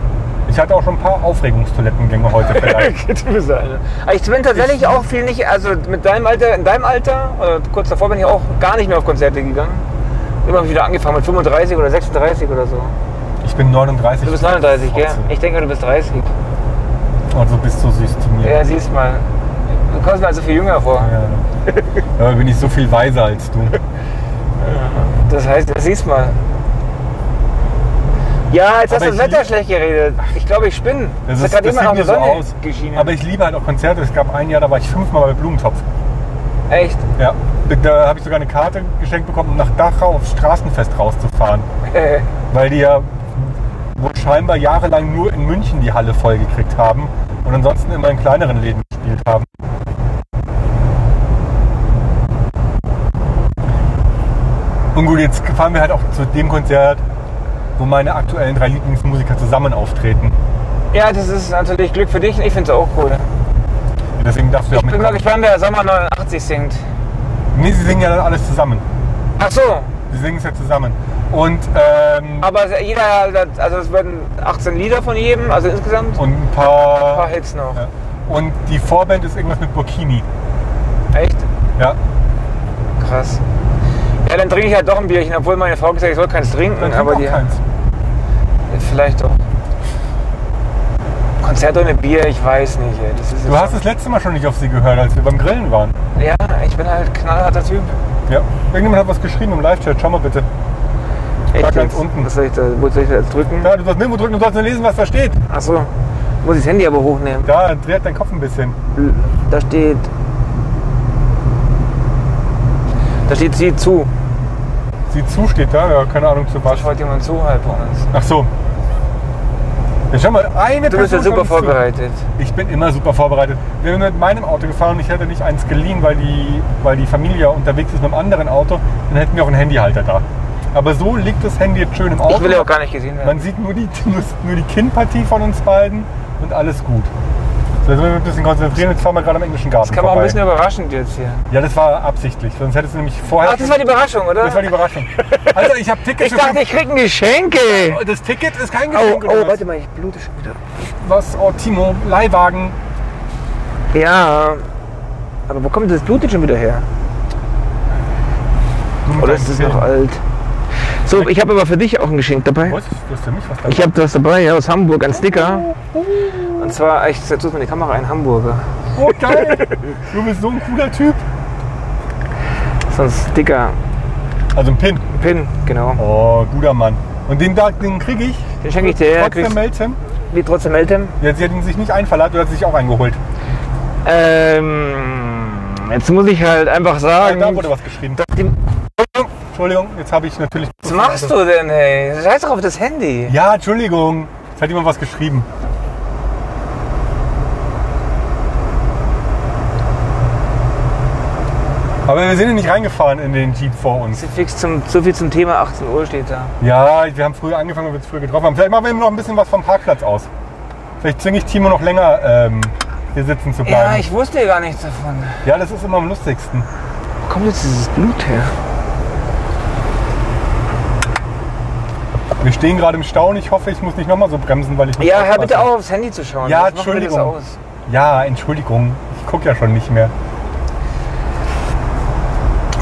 [SPEAKER 2] Ich hatte auch schon ein paar Aufregungstoilettengänge
[SPEAKER 1] [laughs]
[SPEAKER 2] heute vielleicht.
[SPEAKER 1] du bist eine. Aber Ich bin tatsächlich auch viel nicht, also mit deinem Alter, in deinem Alter, oder kurz davor bin ich auch gar nicht mehr auf Konzerte gegangen. Immer wieder angefangen mit 35 oder 36 oder so.
[SPEAKER 2] Ich bin 39.
[SPEAKER 1] Du bist 39, gell?
[SPEAKER 2] Fotze.
[SPEAKER 1] Ich denke, du bist 30.
[SPEAKER 2] Und du also bist so süß zu mir.
[SPEAKER 1] Ja, siehst mal. Du kommst mir also viel jünger vor.
[SPEAKER 2] Ja. Dabei bin ich so viel weiser als du.
[SPEAKER 1] Das heißt, das siehst mal. Ja, jetzt hast
[SPEAKER 2] Aber
[SPEAKER 1] du das
[SPEAKER 2] ich
[SPEAKER 1] Wetter
[SPEAKER 2] lieb-
[SPEAKER 1] schlecht geredet. Ich glaube, ich spinne.
[SPEAKER 2] Das,
[SPEAKER 1] Es hat
[SPEAKER 2] ist,
[SPEAKER 1] gerade
[SPEAKER 2] das
[SPEAKER 1] immer
[SPEAKER 2] sieht
[SPEAKER 1] noch die
[SPEAKER 2] mir so
[SPEAKER 1] Sonne
[SPEAKER 2] aus.
[SPEAKER 1] geschienen.
[SPEAKER 2] Aber ich liebe halt auch Konzerte. Es gab ein Jahr, da war ich fünfmal bei Blumentopf.
[SPEAKER 1] Echt? [laughs]
[SPEAKER 2] Ja, da habe ich sogar eine Karte geschenkt bekommen, um nach Dachau aufs Straßenfest rauszufahren.
[SPEAKER 1] Äh,
[SPEAKER 2] Weil die ja wohl scheinbar jahrelang nur in München die Halle vollgekriegt haben und ansonsten immer in kleineren Läden gespielt haben. Und gut, jetzt fahren wir halt auch zu dem Konzert, wo meine aktuellen drei Lieblingsmusiker zusammen auftreten.
[SPEAKER 1] ja, das ist natürlich Glück für dich und ich finde es auch cool.
[SPEAKER 2] Deswegen darfst du ja auch
[SPEAKER 1] Ich bin mal
[SPEAKER 2] mitkommen.
[SPEAKER 1] gespannt, wer Sommer 89 singt.
[SPEAKER 2] Nee, sie singen ja dann alles zusammen.
[SPEAKER 1] Ach so,
[SPEAKER 2] Sie singen es ja zusammen. Und, ähm,
[SPEAKER 1] aber jeder, also es werden 18 Lieder von jedem, also insgesamt ein
[SPEAKER 2] und ein paar...
[SPEAKER 1] paar Hits noch.
[SPEAKER 2] Ja. Und die Vorband ist irgendwas mit Burkini.
[SPEAKER 1] Echt?
[SPEAKER 2] Ja.
[SPEAKER 1] Krass. Ja, dann trinke ich halt doch ein Bierchen, obwohl meine Frau gesagt hat, ich soll keins trinken,
[SPEAKER 2] Dann
[SPEAKER 1] aber
[SPEAKER 2] aber auch
[SPEAKER 1] die
[SPEAKER 2] keins.
[SPEAKER 1] vielleicht doch. Konzert ohne Bier, ich weiß nicht. Ey. Das ist
[SPEAKER 2] Du
[SPEAKER 1] jetzt-
[SPEAKER 2] hast das letzte Mal schon nicht auf sie gehört, als wir beim Grillen waren.
[SPEAKER 1] Ja, ich bin halt knallharter Typ.
[SPEAKER 2] Ja. Irgendjemand hat was geschrieben im Live-Chat. Schau mal bitte.
[SPEAKER 1] Echt
[SPEAKER 2] ganz
[SPEAKER 1] jetzt?
[SPEAKER 2] unten.
[SPEAKER 1] Was soll ich da, wo soll ich da jetzt drücken?
[SPEAKER 2] Ja, du sollst Memo drücken, du sollst nur lesen, was da steht.
[SPEAKER 1] Ach so, muss ich das Handy aber hochnehmen.
[SPEAKER 2] Da dreht dein Kopf ein bisschen.
[SPEAKER 1] Da steht. Da steht sie zu.
[SPEAKER 2] Sie zu steht da. Ja, keine Ahnung zu was.
[SPEAKER 1] Da schaut jemand zu halt bei uns.
[SPEAKER 2] Ach so. Ja, schau mal, eine
[SPEAKER 1] Du bist ja super
[SPEAKER 2] Person schaut uns zu.
[SPEAKER 1] vorbereitet.
[SPEAKER 2] Ich bin immer super vorbereitet. Wir sind mit meinem Auto gefahren und ich hätte nicht eins geliehen, weil die, weil die Familie unterwegs ist mit einem anderen Auto. Dann hätten wir auch einen Handyhalter da. Aber so liegt das Handy jetzt schön im Auto.
[SPEAKER 1] Ich will ja auch gar nicht gesehen werden.
[SPEAKER 2] Man sieht nur die, [laughs] nur, nur die Kinnpartie von uns beiden und alles gut. So, jetzt müssen wir ein bisschen konzentrieren. Jetzt fahren wir gerade am englischen Garten.
[SPEAKER 1] Das kam auch ein
[SPEAKER 2] vorbei.
[SPEAKER 1] bisschen überraschend jetzt hier.
[SPEAKER 2] ja, das war absichtlich. Sonst hättest du nämlich vorher.
[SPEAKER 1] Ach, das war die Überraschung, oder?
[SPEAKER 2] Das war die Überraschung. Also, ich habe Tickets.
[SPEAKER 1] ich dachte, ich krieg ein Geschenke.
[SPEAKER 2] das Ticket ist kein
[SPEAKER 1] Oh,
[SPEAKER 2] Geschenk. oder
[SPEAKER 1] oh,
[SPEAKER 2] was?
[SPEAKER 1] warte mal, ich blute schon wieder.
[SPEAKER 2] Was? Oh, Timo, Leihwagen.
[SPEAKER 1] Ja. Aber wo kommt das Blutet schon wieder her?
[SPEAKER 2] Du mit
[SPEAKER 1] Oder
[SPEAKER 2] deinem
[SPEAKER 1] ist Oh, das
[SPEAKER 2] Film.
[SPEAKER 1] noch alt? So, ich habe aber für dich auch ein Geschenk dabei.
[SPEAKER 2] Was? Du hast für mich was dabei.
[SPEAKER 1] Ich habe das dabei ja, aus Hamburg, ein Sticker. Und zwar, ich setze mir die Kamera ein Hamburger.
[SPEAKER 2] Oh, geil. Du bist so ein cooler Typ.
[SPEAKER 1] So ein Sticker,
[SPEAKER 2] Also ein Pin.
[SPEAKER 1] Pin, genau.
[SPEAKER 2] Oh, guter Mann. Und den, da- den kriege ich.
[SPEAKER 1] Den schenke ich dir her.
[SPEAKER 2] Trotzdem
[SPEAKER 1] Kriegst,
[SPEAKER 2] Meltem.
[SPEAKER 1] wie trotzdem Meltem.
[SPEAKER 2] Ja, sie hat ihn sich nicht einverleiht oder hat sich auch eingeholt. Äh,
[SPEAKER 1] Ähm, jetzt muss ich halt einfach
[SPEAKER 2] Ah, da
[SPEAKER 1] sagen.
[SPEAKER 2] wurde was geschrieben.
[SPEAKER 1] dem-
[SPEAKER 2] Entschuldigung, jetzt habe ich natürlich.
[SPEAKER 1] Was machst du denn, hey? Scheiß doch auf das Handy.
[SPEAKER 2] Ja, Entschuldigung. Jetzt hat jemand was geschrieben. Aber wir sind ja nicht reingefahren in den Jeep vor uns.
[SPEAKER 1] Zu viel zum, zu viel zum Thema 18 Uhr steht da.
[SPEAKER 2] Ja, wir haben früh angefangen, weil wir uns früh getroffen haben. Vielleicht machen wir eben noch ein bisschen was vom Parkplatz aus. Vielleicht zwinge ich Timo noch länger ähm, hier sitzen zu bleiben.
[SPEAKER 1] Ja, ich wusste ja gar nichts davon.
[SPEAKER 2] ja, das ist immer am lustigsten.
[SPEAKER 1] Wo kommt jetzt dieses Blut her?
[SPEAKER 2] Wir stehen gerade im Stau und ich hoffe, ich muss nicht nochmal so bremsen, weil ich nicht
[SPEAKER 1] Ja, hör bitte
[SPEAKER 2] aufpasse.
[SPEAKER 1] auf, aufs Handy zu schauen.
[SPEAKER 2] Ja,
[SPEAKER 1] Sonst macht mir das
[SPEAKER 2] Entschuldigung.
[SPEAKER 1] aus.
[SPEAKER 2] Ja, Entschuldigung. Ich gucke ja schon nicht mehr.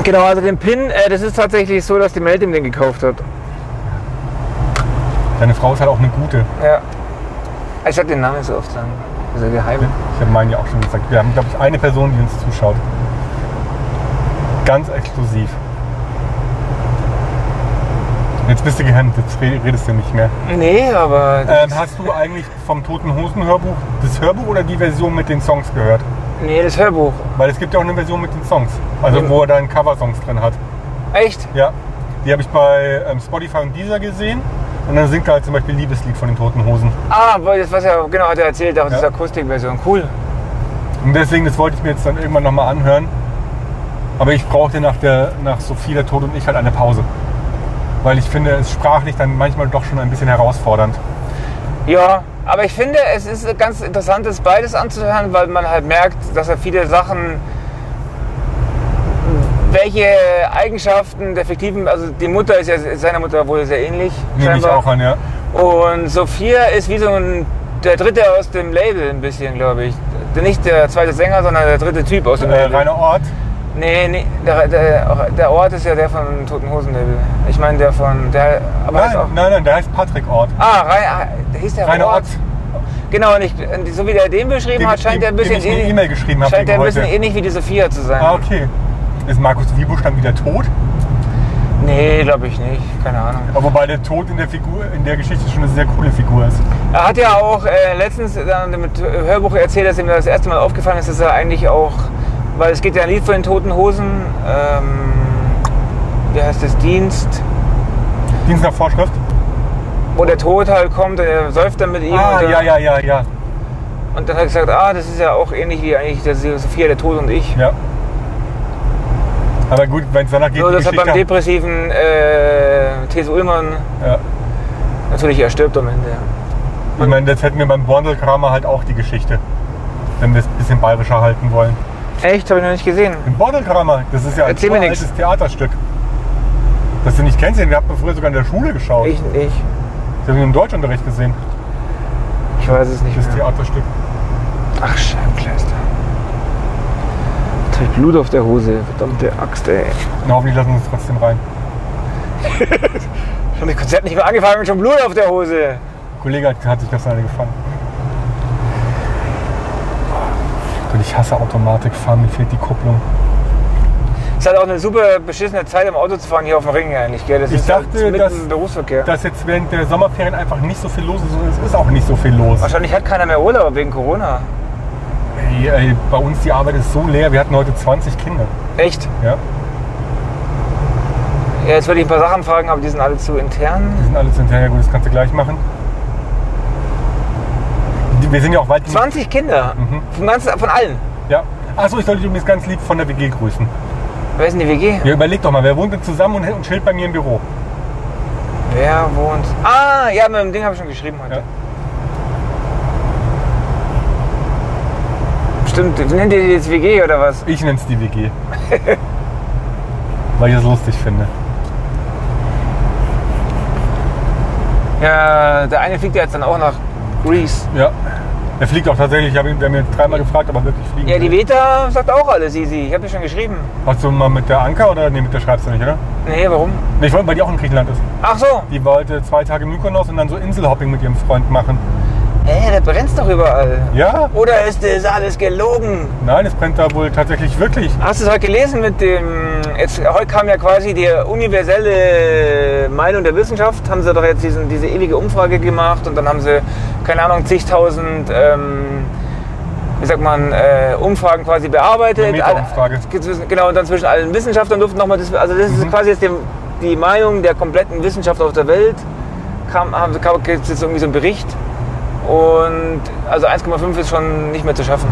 [SPEAKER 1] Genau, also den Pin, äh, das ist tatsächlich so, dass die Meltem den gekauft hat.
[SPEAKER 2] Deine Frau ist halt auch eine gute.
[SPEAKER 1] Ja. Ich sag den Namen nicht so oft sagen. Das ist ja geheim.
[SPEAKER 2] Ich habe meinen ja auch schon gesagt. Wir haben, glaube ich, eine Person, die uns zuschaut. Ganz exklusiv. Jetzt bist du gehemmt, jetzt re- redest du nicht mehr.
[SPEAKER 1] Nee, aber.
[SPEAKER 2] Ähm, hast du eigentlich vom Toten Hosen Hörbuch das Hörbuch oder die Version mit den Songs gehört?
[SPEAKER 1] nee, das Hörbuch.
[SPEAKER 2] Weil es gibt ja auch eine Version mit den Songs. Also
[SPEAKER 1] Mhm.
[SPEAKER 2] wo er dann Coversongs drin hat.
[SPEAKER 1] Echt?
[SPEAKER 2] Ja. Die habe ich bei ähm, Spotify und Deezer gesehen. Und dann singt er halt zum Beispiel Liebeslied von den Toten Hosen.
[SPEAKER 1] Ah, weil das, was er genau hat er erzählt, auch diese
[SPEAKER 2] Ja.
[SPEAKER 1] Akustikversion. Cool.
[SPEAKER 2] Und deswegen, das wollte ich mir jetzt dann irgendwann nochmal anhören. Aber ich brauchte nach, der, nach Sophie, der Tod und ich halt eine Pause. Weil ich finde, es sprachlich dann manchmal doch schon ein bisschen herausfordernd.
[SPEAKER 1] Ja, aber ich finde, es ist ganz interessant, das beides anzuhören, weil man halt merkt, dass er viele Sachen, welche Eigenschaften der fiktiven, also die Mutter ist ja seiner Mutter wohl sehr ähnlich.
[SPEAKER 2] Nehme ich
[SPEAKER 1] scheinbar.
[SPEAKER 2] auch an, ja.
[SPEAKER 1] Und Sophia ist wie so ein, der dritte aus dem Label ein bisschen, glaube ich. Nicht der zweite Sänger, sondern der dritte Typ aus dem
[SPEAKER 2] Äh,
[SPEAKER 1] Label.
[SPEAKER 2] Rainer Ort.
[SPEAKER 1] Nee, nee, der, der, der Ort ist ja der von Toten Hosen Label. Ich meine, der von, der, aber
[SPEAKER 2] Nein,
[SPEAKER 1] heißt auch,
[SPEAKER 2] nein, nein, der heißt Patrick Ort.
[SPEAKER 1] Ah, Rainer, hieß der
[SPEAKER 2] Rainer Ort,
[SPEAKER 1] Ort? Genau, und ich, und so wie der den beschrieben
[SPEAKER 2] dem,
[SPEAKER 1] hat,
[SPEAKER 2] ich-
[SPEAKER 1] scheint er ein
[SPEAKER 2] dem ich
[SPEAKER 1] bisschen,
[SPEAKER 2] eine
[SPEAKER 1] ähnlich-
[SPEAKER 2] E-Mail geschrieben habe
[SPEAKER 1] scheint er
[SPEAKER 2] wegen
[SPEAKER 1] ein bisschen eh-
[SPEAKER 2] heute.
[SPEAKER 1] ähnlich wie die Sophia zu sein.
[SPEAKER 2] Ah, okay. Ist Markus Wiebusch dann wieder tot?
[SPEAKER 1] Nee, glaube ich nicht. Keine Ahnung.
[SPEAKER 2] Aber Wobei der Tod in der Figur, in der Geschichte schon eine sehr coole Figur ist.
[SPEAKER 1] Er hat ja auch äh, letztens dann mit Hörbuch erzählt, dass ihm das erste Mal aufgefallen ist, dass er eigentlich auch, weil es geht ja ein Lied von den Toten Hosen, ähm, wie heißt das, Dienst,
[SPEAKER 2] Dienst nach Vorschrift?
[SPEAKER 1] wo der Tod halt kommt, und er säuft dann mit ihm.
[SPEAKER 2] Ah,
[SPEAKER 1] und, dann,
[SPEAKER 2] ja, ja, ja, ja.
[SPEAKER 1] und dann hat er gesagt, ah, das ist ja auch ähnlich wie eigentlich der Sophia, der Tod und ich.
[SPEAKER 2] ja. Aber gut, wenn es danach geht,
[SPEAKER 1] so,
[SPEAKER 2] die
[SPEAKER 1] das hat beim
[SPEAKER 2] Geschichte-
[SPEAKER 1] depressiven äh, T.S. Ullmann
[SPEAKER 2] ja.
[SPEAKER 1] natürlich, er stirbt am Ende.
[SPEAKER 2] Ich meine, das hätten wir beim Borndelkramer halt auch die Geschichte. Wenn wir es ein bisschen bayerischer halten wollen.
[SPEAKER 1] Echt? Habe ich noch nicht gesehen.
[SPEAKER 2] Im Borndelkramer, das ist ja ein
[SPEAKER 1] Erzähl mir
[SPEAKER 2] altes Theaterstück. Das du nicht kennst, den hat man früher sogar in der Schule geschaut.
[SPEAKER 1] Ich nicht.
[SPEAKER 2] Das habe ich im Deutschunterricht gesehen,
[SPEAKER 1] Ich weiß es nicht
[SPEAKER 2] das
[SPEAKER 1] mehr.
[SPEAKER 2] Theaterstück.
[SPEAKER 1] Ach, Scheibenkleister. Jetzt hab ich Blut auf der Hose. Verdammte Axt, ey.
[SPEAKER 2] Na, hoffentlich lassen wir es trotzdem rein.
[SPEAKER 1] Schon das Konzert nicht mehr angefangen und schon Blut auf der Hose.
[SPEAKER 2] Ein Kollege hat, hat sich das eine gefangen. Gott, ich hasse Automatikfahren, mir fehlt die Kupplung.
[SPEAKER 1] Ist halt auch eine super beschissene Zeit, im Auto zu fahren hier auf dem Ring eigentlich, gell? Das
[SPEAKER 2] Ich
[SPEAKER 1] ist
[SPEAKER 2] dachte,
[SPEAKER 1] halt mitten
[SPEAKER 2] dass-
[SPEAKER 1] im Berufsverkehr.
[SPEAKER 2] Dass jetzt während der Sommerferien einfach nicht so viel los ist und es ist auch nicht so viel los.
[SPEAKER 1] Wahrscheinlich hat keiner mehr Urlaub wegen Corona.
[SPEAKER 2] Ey, ey, bei uns die Arbeit ist so leer, wir hatten heute 20 Kinder.
[SPEAKER 1] Echt?
[SPEAKER 2] Ja?
[SPEAKER 1] Ja, jetzt würde ich ein paar Sachen fragen, aber die sind alle zu
[SPEAKER 2] Die
[SPEAKER 1] intern.
[SPEAKER 2] sind alle zu hinterher, gut, das kannst du gleich machen. Die, wir sind ja auch weit.
[SPEAKER 1] 20 Kinder.
[SPEAKER 2] Mhm.
[SPEAKER 1] Von, ganz, von allen.
[SPEAKER 2] Ja. Achso, ich sollte dich übrigens ganz lieb von der WG grüßen.
[SPEAKER 1] Wer ist denn die WG?
[SPEAKER 2] Ja, überleg doch mal, wer wohnt denn zusammen und, und chillt bei mir im Büro?
[SPEAKER 1] Wer wohnt? Ah, ja, mit dem Ding habe ich schon geschrieben heute.
[SPEAKER 2] Ja.
[SPEAKER 1] Stimmt, nennt ihr die jetzt WG oder was?
[SPEAKER 2] Ich nenne es die WG. Weil ich es lustig finde.
[SPEAKER 1] Ja, der eine fliegt ja jetzt dann auch nach Greece.
[SPEAKER 2] Ja. Er fliegt auch tatsächlich. Ich habe ihn, wir haben ihn jetzt dreimal gefragt, ob er wirklich fliegen
[SPEAKER 1] Ja, die
[SPEAKER 2] will.
[SPEAKER 1] Veta sagt auch alles easy. Ich habe dir schon geschrieben.
[SPEAKER 2] Hast du mal mit der Anker oder? Nee, mit der schreibst du nicht, oder?
[SPEAKER 1] Nee, warum?
[SPEAKER 2] Nee, ich wollte, weil die auch in Griechenland ist.
[SPEAKER 1] Ach so.
[SPEAKER 2] Die wollte zwei Tage Mykonos und dann so Inselhopping mit ihrem Freund machen.
[SPEAKER 1] Ey, da brennt's doch überall.
[SPEAKER 2] Ja?
[SPEAKER 1] Oder ist das alles gelogen?
[SPEAKER 2] Nein, es brennt da wohl tatsächlich wirklich.
[SPEAKER 1] Hast du es heute gelesen mit dem. Jetzt, heute kam ja quasi die universelle Meinung der Wissenschaft. Haben sie doch jetzt diesen, diese ewige Umfrage gemacht und dann haben sie, keine Ahnung, zigtausend, ähm, wie sagt man, äh, Umfragen quasi bearbeitet.
[SPEAKER 2] Eine Meta-Umfrage.
[SPEAKER 1] Alle- zwischen- Genau, und dann zwischen allen Wissenschaftlern durften nochmal. das- Also, das ist
[SPEAKER 2] Mhm.
[SPEAKER 1] quasi jetzt die, die Meinung der kompletten Wissenschaft auf der Welt. Kam, haben, sie- kam, gibt's jetzt irgendwie so einen Bericht. Und also 1,5 ist schon nicht mehr zu schaffen.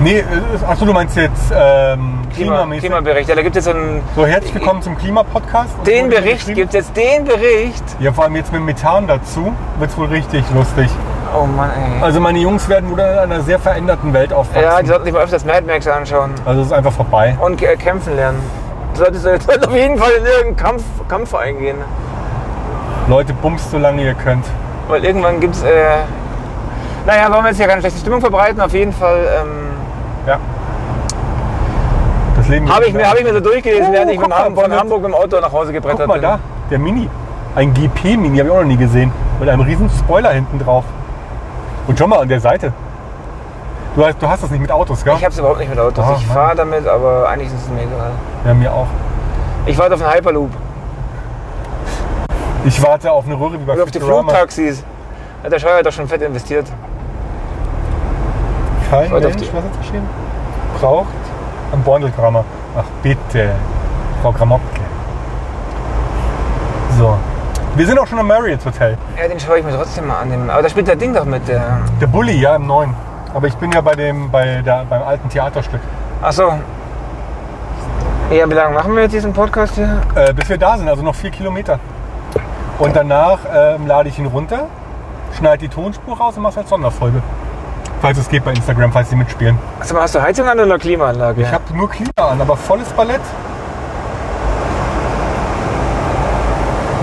[SPEAKER 2] Nee, achso, du meinst jetzt ähm,
[SPEAKER 1] Klima,
[SPEAKER 2] klimamäßig.
[SPEAKER 1] Klimabericht. Ja, da gibt es jetzt so einen
[SPEAKER 2] So, herzlich willkommen zum Klima-Podcast. Und
[SPEAKER 1] Den
[SPEAKER 2] wurde hier
[SPEAKER 1] Bericht
[SPEAKER 2] geschrieben-
[SPEAKER 1] gibt es jetzt den Bericht.
[SPEAKER 2] Ja, vor allem jetzt mit Methan dazu wird es wohl richtig lustig.
[SPEAKER 1] Oh Mann, ey.
[SPEAKER 2] Also meine Jungs werden wohl in einer sehr veränderten Welt aufwachsen.
[SPEAKER 1] ja, die sollten sich mal öfters Mad Max anschauen
[SPEAKER 2] also es ist einfach vorbei.
[SPEAKER 1] und äh, kämpfen lernen. Die sollten [laughs] die sollten auf jeden Fall in irgendeinen Kampf, Kampf eingehen.
[SPEAKER 2] Leute, bumst so lange ihr könnt.
[SPEAKER 1] Weil irgendwann gibt es. Äh, naja, wollen wir jetzt hier keine schlechte Stimmung verbreiten. Auf jeden Fall ähm,
[SPEAKER 2] Ja. Das Leben
[SPEAKER 1] habe ich, mir- hab ich mir so durchgelesen,
[SPEAKER 2] Oh,
[SPEAKER 1] während ich
[SPEAKER 2] guck
[SPEAKER 1] mit Ham
[SPEAKER 2] mal,
[SPEAKER 1] von
[SPEAKER 2] von
[SPEAKER 1] Hamburg im Auto nach Hause gebrettert
[SPEAKER 2] Guck mal
[SPEAKER 1] bin.
[SPEAKER 2] da, der Mini. Ein GP-Mini, habe ich auch noch nie gesehen. Mit einem riesen Spoiler hinten drauf. Und schon mal an der Seite. Du hast, du hast das nicht mit Autos, gell?
[SPEAKER 1] Ich habe es überhaupt nicht mit Autos.
[SPEAKER 2] Oh,
[SPEAKER 1] ich
[SPEAKER 2] Mann.
[SPEAKER 1] fahre damit, aber eigentlich ist es mir egal.
[SPEAKER 2] ja, mir auch.
[SPEAKER 1] Ich warte auf einen Hyperloop
[SPEAKER 2] Ich warte auf eine Röhre wie bei
[SPEAKER 1] oder auf die
[SPEAKER 2] Futurama.
[SPEAKER 1] Flugtaxis. Da hat der Scheuer doch schon fett investiert.
[SPEAKER 2] Kein
[SPEAKER 1] warte auf
[SPEAKER 2] Mensch,
[SPEAKER 1] die-
[SPEAKER 2] was hat geschrieben? Braucht einen Bordelkrammer. Ach bitte, Frau Gramotke. So. Wir sind auch schon am Marriott Hotel.
[SPEAKER 1] Ja, den schaue ich mir trotzdem mal an. den- Aber da spielt der Ding doch mit. Der
[SPEAKER 2] Der Bulli, ja, im neuen. Aber ich bin ja bei dem, bei der, beim alten Theaterstück.
[SPEAKER 1] Ach so. Ja, wie lange machen wir jetzt diesen Podcast hier?
[SPEAKER 2] Äh, bis wir da sind, also noch vier Kilometer. Und danach ähm, lade ich ihn runter, schneide die Tonspur raus und mache es als Sonderfolge. Falls es geht bei Instagram, falls sie mitspielen.
[SPEAKER 1] Sag mal, hast du Heizung an oder Klimaanlage?
[SPEAKER 2] Ich habe nur Klima an, aber volles Ballett.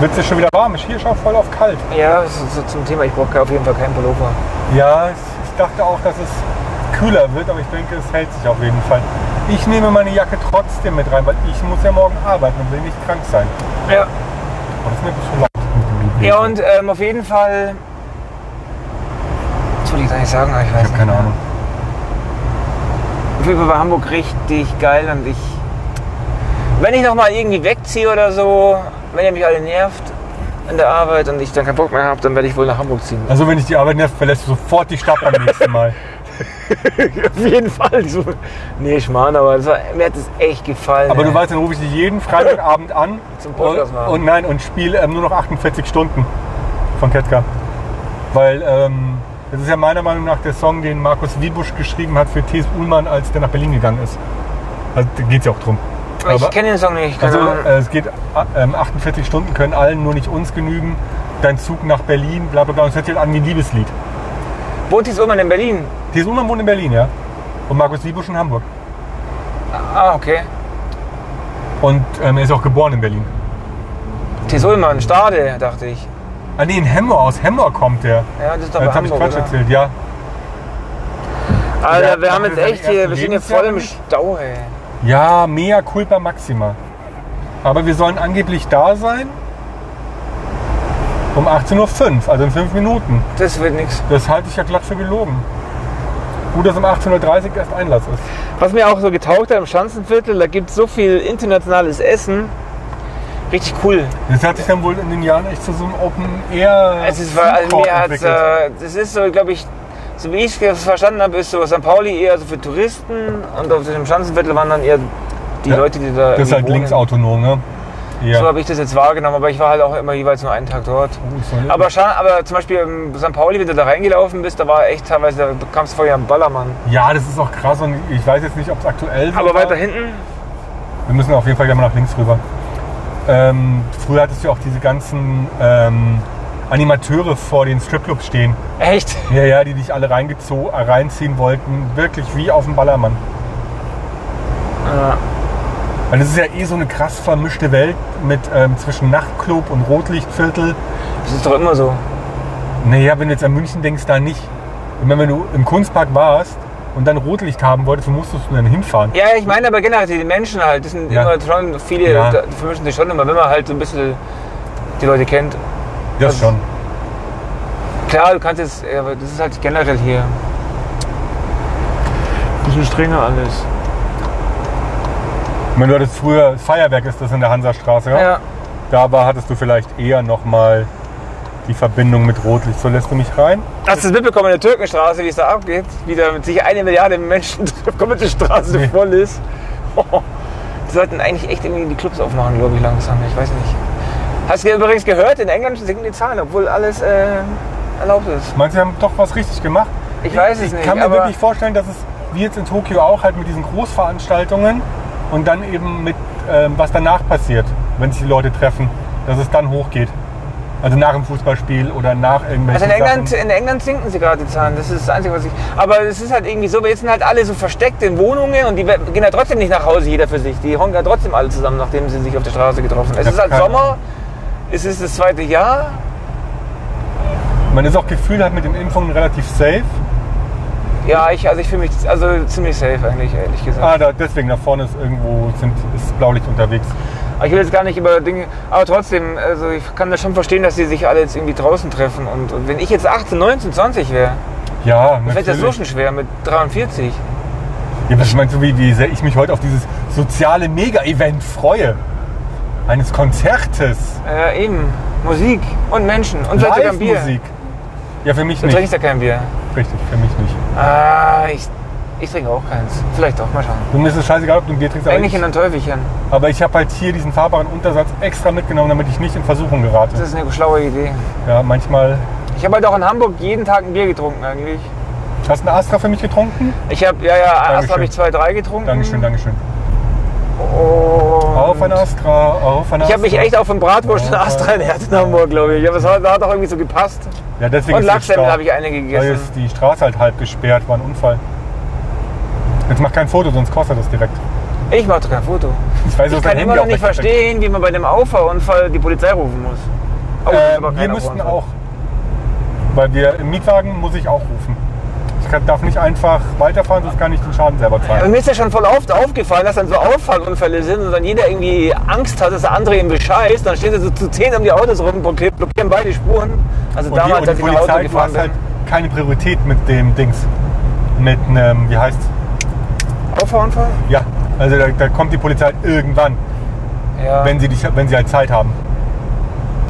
[SPEAKER 2] Wird es schon wieder warm? Ich hier schon voll auf kalt.
[SPEAKER 1] Ja, so, so zum Thema, ich brauche auf jeden Fall keinen Pullover.
[SPEAKER 2] Ja, ich, ich dachte auch, dass es kühler wird, aber ich denke, es hält sich auf jeden Fall. Ich nehme meine Jacke trotzdem mit rein, weil ich muss ja morgen arbeiten und will nicht krank sein.
[SPEAKER 1] Ja.
[SPEAKER 2] Oh, das ist mir ein bisschen laut.
[SPEAKER 1] Ja, und ähm, auf jeden Fall. Was wollte ich gar nicht sagen? aber Ich
[SPEAKER 2] ich
[SPEAKER 1] weiß
[SPEAKER 2] habe keine
[SPEAKER 1] nicht.
[SPEAKER 2] Ahnung.
[SPEAKER 1] Auf jeden Fall war Hamburg richtig geil und ich. Wenn ich nochmal irgendwie wegziehe oder so, wenn ihr mich alle nervt in der Arbeit und ich dann keinen Bock mehr habe, dann werde ich wohl nach Hamburg ziehen. [laughs]
[SPEAKER 2] Also wenn ich die Arbeit nerv, verlässt du sofort die Stadt beim nächsten Mal.
[SPEAKER 1] Auf jeden Fall. So. Nee, Schmarrn, aber das war, mir hat es echt gefallen.
[SPEAKER 2] Aber
[SPEAKER 1] ey.
[SPEAKER 2] du weißt, dann rufe ich dich jeden Freitagabend an
[SPEAKER 1] Zum
[SPEAKER 2] und,
[SPEAKER 1] Podcast machen.
[SPEAKER 2] und nein und spiele ähm, nur noch 48 Stunden von Ketka. Weil ähm, das ist ja meiner Meinung nach der Song, den Markus Wiebusch geschrieben hat für T.S. Ullmann, als der nach Berlin gegangen ist. Also da geht es ja auch drum.
[SPEAKER 1] ich
[SPEAKER 2] aber-
[SPEAKER 1] kenne den Song nicht. Keine
[SPEAKER 2] Also
[SPEAKER 1] Ahnung.
[SPEAKER 2] äh, es geht, a- ähm, 48 Stunden können allen, nur nicht uns genügen. Dein Zug nach Berlin, bla bla bla. Und es hört sich halt an wie ein Liebeslied.
[SPEAKER 1] Wohnt jetzt irgendwann in Berlin?
[SPEAKER 2] T.S. Ullmann wohnt in Berlin, ja. Und Markus Wiebusch in Hamburg.
[SPEAKER 1] Ah, okay.
[SPEAKER 2] Und ähm, er ist auch geboren in Berlin.
[SPEAKER 1] Tesolmann, Stade, dachte ich.
[SPEAKER 2] Ah nee, in Hemmer, aus Hemmer kommt der.
[SPEAKER 1] Ja, das ist doch
[SPEAKER 2] Jetzt
[SPEAKER 1] bei
[SPEAKER 2] habe ich
[SPEAKER 1] Hamburg,
[SPEAKER 2] Quatsch
[SPEAKER 1] oder?
[SPEAKER 2] erzählt, ja.
[SPEAKER 1] Alter,
[SPEAKER 2] Ja,
[SPEAKER 1] wir haben jetzt
[SPEAKER 2] wir haben
[SPEAKER 1] echt hier, wir
[SPEAKER 2] ersten
[SPEAKER 1] stehen hier voll im
[SPEAKER 2] Lebensjahr
[SPEAKER 1] Stau, ey.
[SPEAKER 2] Ja, mea culpa maxima. Aber wir sollen angeblich da sein um 18.05 Uhr, also in 5 Minuten.
[SPEAKER 1] Das wird nichts.
[SPEAKER 2] Das halte ich ja glatt für gelogen. Gut, dass um 18.30 Uhr erst Einlass ist.
[SPEAKER 1] Was mir auch so getaugt hat im Schanzenviertel, da gibt es so viel internationales Essen. Richtig cool.
[SPEAKER 2] Das hat sich dann wohl in den Jahren echt zu so einem Open Air
[SPEAKER 1] Es ist, also
[SPEAKER 2] Food Court
[SPEAKER 1] mir hat's,
[SPEAKER 2] entwickelt.
[SPEAKER 1] äh, das ist so, glaube ich, so wie ich es verstanden habe, ist so St. Pauli eher so für Touristen und auf dem Schanzenviertel waren dann eher die
[SPEAKER 2] Ja,
[SPEAKER 1] Leute, die da.
[SPEAKER 2] das ist
[SPEAKER 1] irgendwie
[SPEAKER 2] halt
[SPEAKER 1] wohnen.
[SPEAKER 2] linksautonom, ne? Ja.
[SPEAKER 1] So habe ich das jetzt wahrgenommen, aber ich war halt auch immer jeweils nur einen Tag dort. Aber, scha- aber zum Beispiel in St. Pauli, wenn du da reingelaufen bist, da war echt teilweise, da kamst du vorher am Ballermann.
[SPEAKER 2] ja, das ist auch krass und ich weiß jetzt nicht, ob es aktuell ist.
[SPEAKER 1] Aber weiter hinten,
[SPEAKER 2] Wir müssen auf jeden Fall gerne mal nach links rüber. Ähm, früher hattest du auch diese ganzen ähm, Animateure vor den Stripclubs stehen.
[SPEAKER 1] echt,
[SPEAKER 2] Ja, ja, die dich alle reingezo- äh, reinziehen wollten. Wirklich wie auf dem Ballermann. Weil das ist ja eh so eine krass vermischte Welt mit ähm, zwischen Nachtclub und Rotlichtviertel.
[SPEAKER 1] das ist doch immer so.
[SPEAKER 2] Naja, wenn du jetzt an München denkst, da nicht. Ich meine, wenn du im Kunstpark warst und dann Rotlicht haben wolltest, wo musstest du denn hinfahren?
[SPEAKER 1] Ja, ich meine aber generell, die Menschen halt, das sind
[SPEAKER 2] Ja.
[SPEAKER 1] immer schon viele,
[SPEAKER 2] Ja.
[SPEAKER 1] da vermischen sich schon immer, wenn man halt so ein bisschen die Leute kennt.
[SPEAKER 2] Das schon.
[SPEAKER 1] Klar, du kannst jetzt, ja, aber das ist halt generell hier. Bisschen strenger alles.
[SPEAKER 2] Ich meine, du hattest früher, das Feuerwerk ist das in der Hansastraße,
[SPEAKER 1] Ja.
[SPEAKER 2] Da war, hattest du vielleicht eher nochmal die Verbindung mit Rotlicht. So lässt du mich rein.
[SPEAKER 1] Hast du es mitbekommen in der Türkenstraße, wie es da abgeht? Wie da mit sich eine Milliarde Menschen [laughs] die komplette Straße
[SPEAKER 2] Nee.
[SPEAKER 1] voll ist. Oh. Die sollten eigentlich echt irgendwie die Clubs aufmachen, glaube ich, langsam. Ich weiß nicht. Hast du übrigens gehört, in England sinken die Zahlen, obwohl alles äh, erlaubt ist.
[SPEAKER 2] Meinst du, wir haben doch was richtig gemacht?
[SPEAKER 1] Ich weiß es
[SPEAKER 2] ich
[SPEAKER 1] nicht.
[SPEAKER 2] kann mir
[SPEAKER 1] aber
[SPEAKER 2] wirklich vorstellen, dass es wie jetzt in Tokio auch halt mit diesen Großveranstaltungen und dann eben mit, ähm, was danach passiert, wenn sich die Leute treffen, dass es dann hochgeht. Also nach dem Fußballspiel oder nach
[SPEAKER 1] also
[SPEAKER 2] irgendwelchen
[SPEAKER 1] in England,
[SPEAKER 2] Sachen.
[SPEAKER 1] in England sinken sie gerade die Zahlen. Das ist das Einzige, was ich. Aber es ist halt irgendwie so, wir sind halt alle so versteckt in Wohnungen und die we- gehen ja trotzdem nicht nach Hause, jeder für sich. Die honken ja trotzdem alle zusammen, nachdem sie sich auf der Straße getroffen haben. Es
[SPEAKER 2] hab
[SPEAKER 1] ist halt
[SPEAKER 2] keine
[SPEAKER 1] Sommer, es ist das zweite Jahr.
[SPEAKER 2] Man ist auch gefühlt halt mit den Impfungen relativ safe.
[SPEAKER 1] Ja, ich, also ich fühle mich also ziemlich safe eigentlich, ehrlich gesagt.
[SPEAKER 2] Ah, da, deswegen, da vorne ist irgendwo sind, ist Blaulicht unterwegs.
[SPEAKER 1] Aber Ich will jetzt gar nicht über Dinge, aber trotzdem, also ich kann das schon verstehen, dass die sich alle jetzt irgendwie draußen treffen. Und, und wenn ich jetzt 18, 19, 20 wäre,
[SPEAKER 2] Ja,
[SPEAKER 1] wäre das so
[SPEAKER 2] natürlich.
[SPEAKER 1] schon schwer mit 43.
[SPEAKER 2] Ja, was meinst du, wie, wie sehr ich mich heute auf dieses soziale Mega-Event freue? Eines Konzertes,
[SPEAKER 1] Äh, eben, Musik und Menschen und vielleicht sogar ein Bier.
[SPEAKER 2] Live-Musik. Ja, für mich
[SPEAKER 1] Du
[SPEAKER 2] nicht.
[SPEAKER 1] trinkst ja kein Bier.
[SPEAKER 2] Richtig, für mich nicht.
[SPEAKER 1] Ah, ich, ich trinke auch keins. Vielleicht auch, mal schauen.
[SPEAKER 2] Du mir ist es scheißegal, ob du ein Bier trinkst, aber
[SPEAKER 1] Eigentlich
[SPEAKER 2] ich,
[SPEAKER 1] in ein Teufelchen.
[SPEAKER 2] aber ich habe halt hier diesen fahrbaren Untersatz extra mitgenommen, damit ich nicht in Versuchung
[SPEAKER 1] Das
[SPEAKER 2] gerate.
[SPEAKER 1] ist eine schlaue Idee.
[SPEAKER 2] Ja, manchmal...
[SPEAKER 1] Ich habe halt auch in Hamburg jeden Tag ein Bier getrunken eigentlich.
[SPEAKER 2] Hast du einen Astra für mich getrunken?
[SPEAKER 1] Ich habe, ja, ja, erst
[SPEAKER 2] Dankeschön.
[SPEAKER 1] habe ich zwei, drei getrunken. Oh.
[SPEAKER 2] Dankeschön, Dankeschön. Auf ein Astra, auf ein
[SPEAKER 1] Ich habe mich
[SPEAKER 2] Astra.
[SPEAKER 1] echt auf den Bratwurst und Astra ernährt in Hamburg, glaube ich. Aber es hat, hat auch irgendwie so gepasst.
[SPEAKER 2] ja, deswegen
[SPEAKER 1] Und
[SPEAKER 2] ist jetzt
[SPEAKER 1] Lachsemmel
[SPEAKER 2] Stau.
[SPEAKER 1] habe ich eine gegessen.
[SPEAKER 2] Weil jetzt die Straße halt halb gesperrt war, ein Unfall. Jetzt mach kein Foto, sonst kostet das direkt.
[SPEAKER 1] Ich mache doch kein Foto.
[SPEAKER 2] Ich weiß,
[SPEAKER 1] Ich
[SPEAKER 2] dass
[SPEAKER 1] kann
[SPEAKER 2] dein
[SPEAKER 1] immer
[SPEAKER 2] Handy
[SPEAKER 1] noch
[SPEAKER 2] auch
[SPEAKER 1] nicht
[SPEAKER 2] weg-
[SPEAKER 1] verstehen, wie man bei einem Auffahrunfall die Polizei rufen muss. Oh, das ist aber
[SPEAKER 2] Ähm,
[SPEAKER 1] kein
[SPEAKER 2] wir müssten
[SPEAKER 1] Auffahrunfall.
[SPEAKER 2] auch. Weil wir im Mietwagen muss ich auch rufen. Ich kann, darf nicht einfach weiterfahren, sonst kann ich den Schaden selber
[SPEAKER 1] Aber
[SPEAKER 2] zahlen.
[SPEAKER 1] mir ist ja schon voll oft aufgefallen, dass dann so Auffahrunfälle sind und dann jeder irgendwie Angst hat, dass der andere ihm bescheißt. Dann stehen sie so zu zehn um die Autos rum, blockieren blockieren beide Spuren. Also
[SPEAKER 2] Und die,
[SPEAKER 1] damals,
[SPEAKER 2] und die
[SPEAKER 1] als ich nach Auto
[SPEAKER 2] Polizei, du
[SPEAKER 1] gefahren
[SPEAKER 2] hast
[SPEAKER 1] bin.
[SPEAKER 2] halt keine Priorität mit dem Dings. Mit einem, wie heißt
[SPEAKER 1] Auffahrunfall?
[SPEAKER 2] Ja, also da, da kommt die Polizei irgendwann,
[SPEAKER 1] Ja.
[SPEAKER 2] wenn, sie dich, wenn sie halt Zeit haben.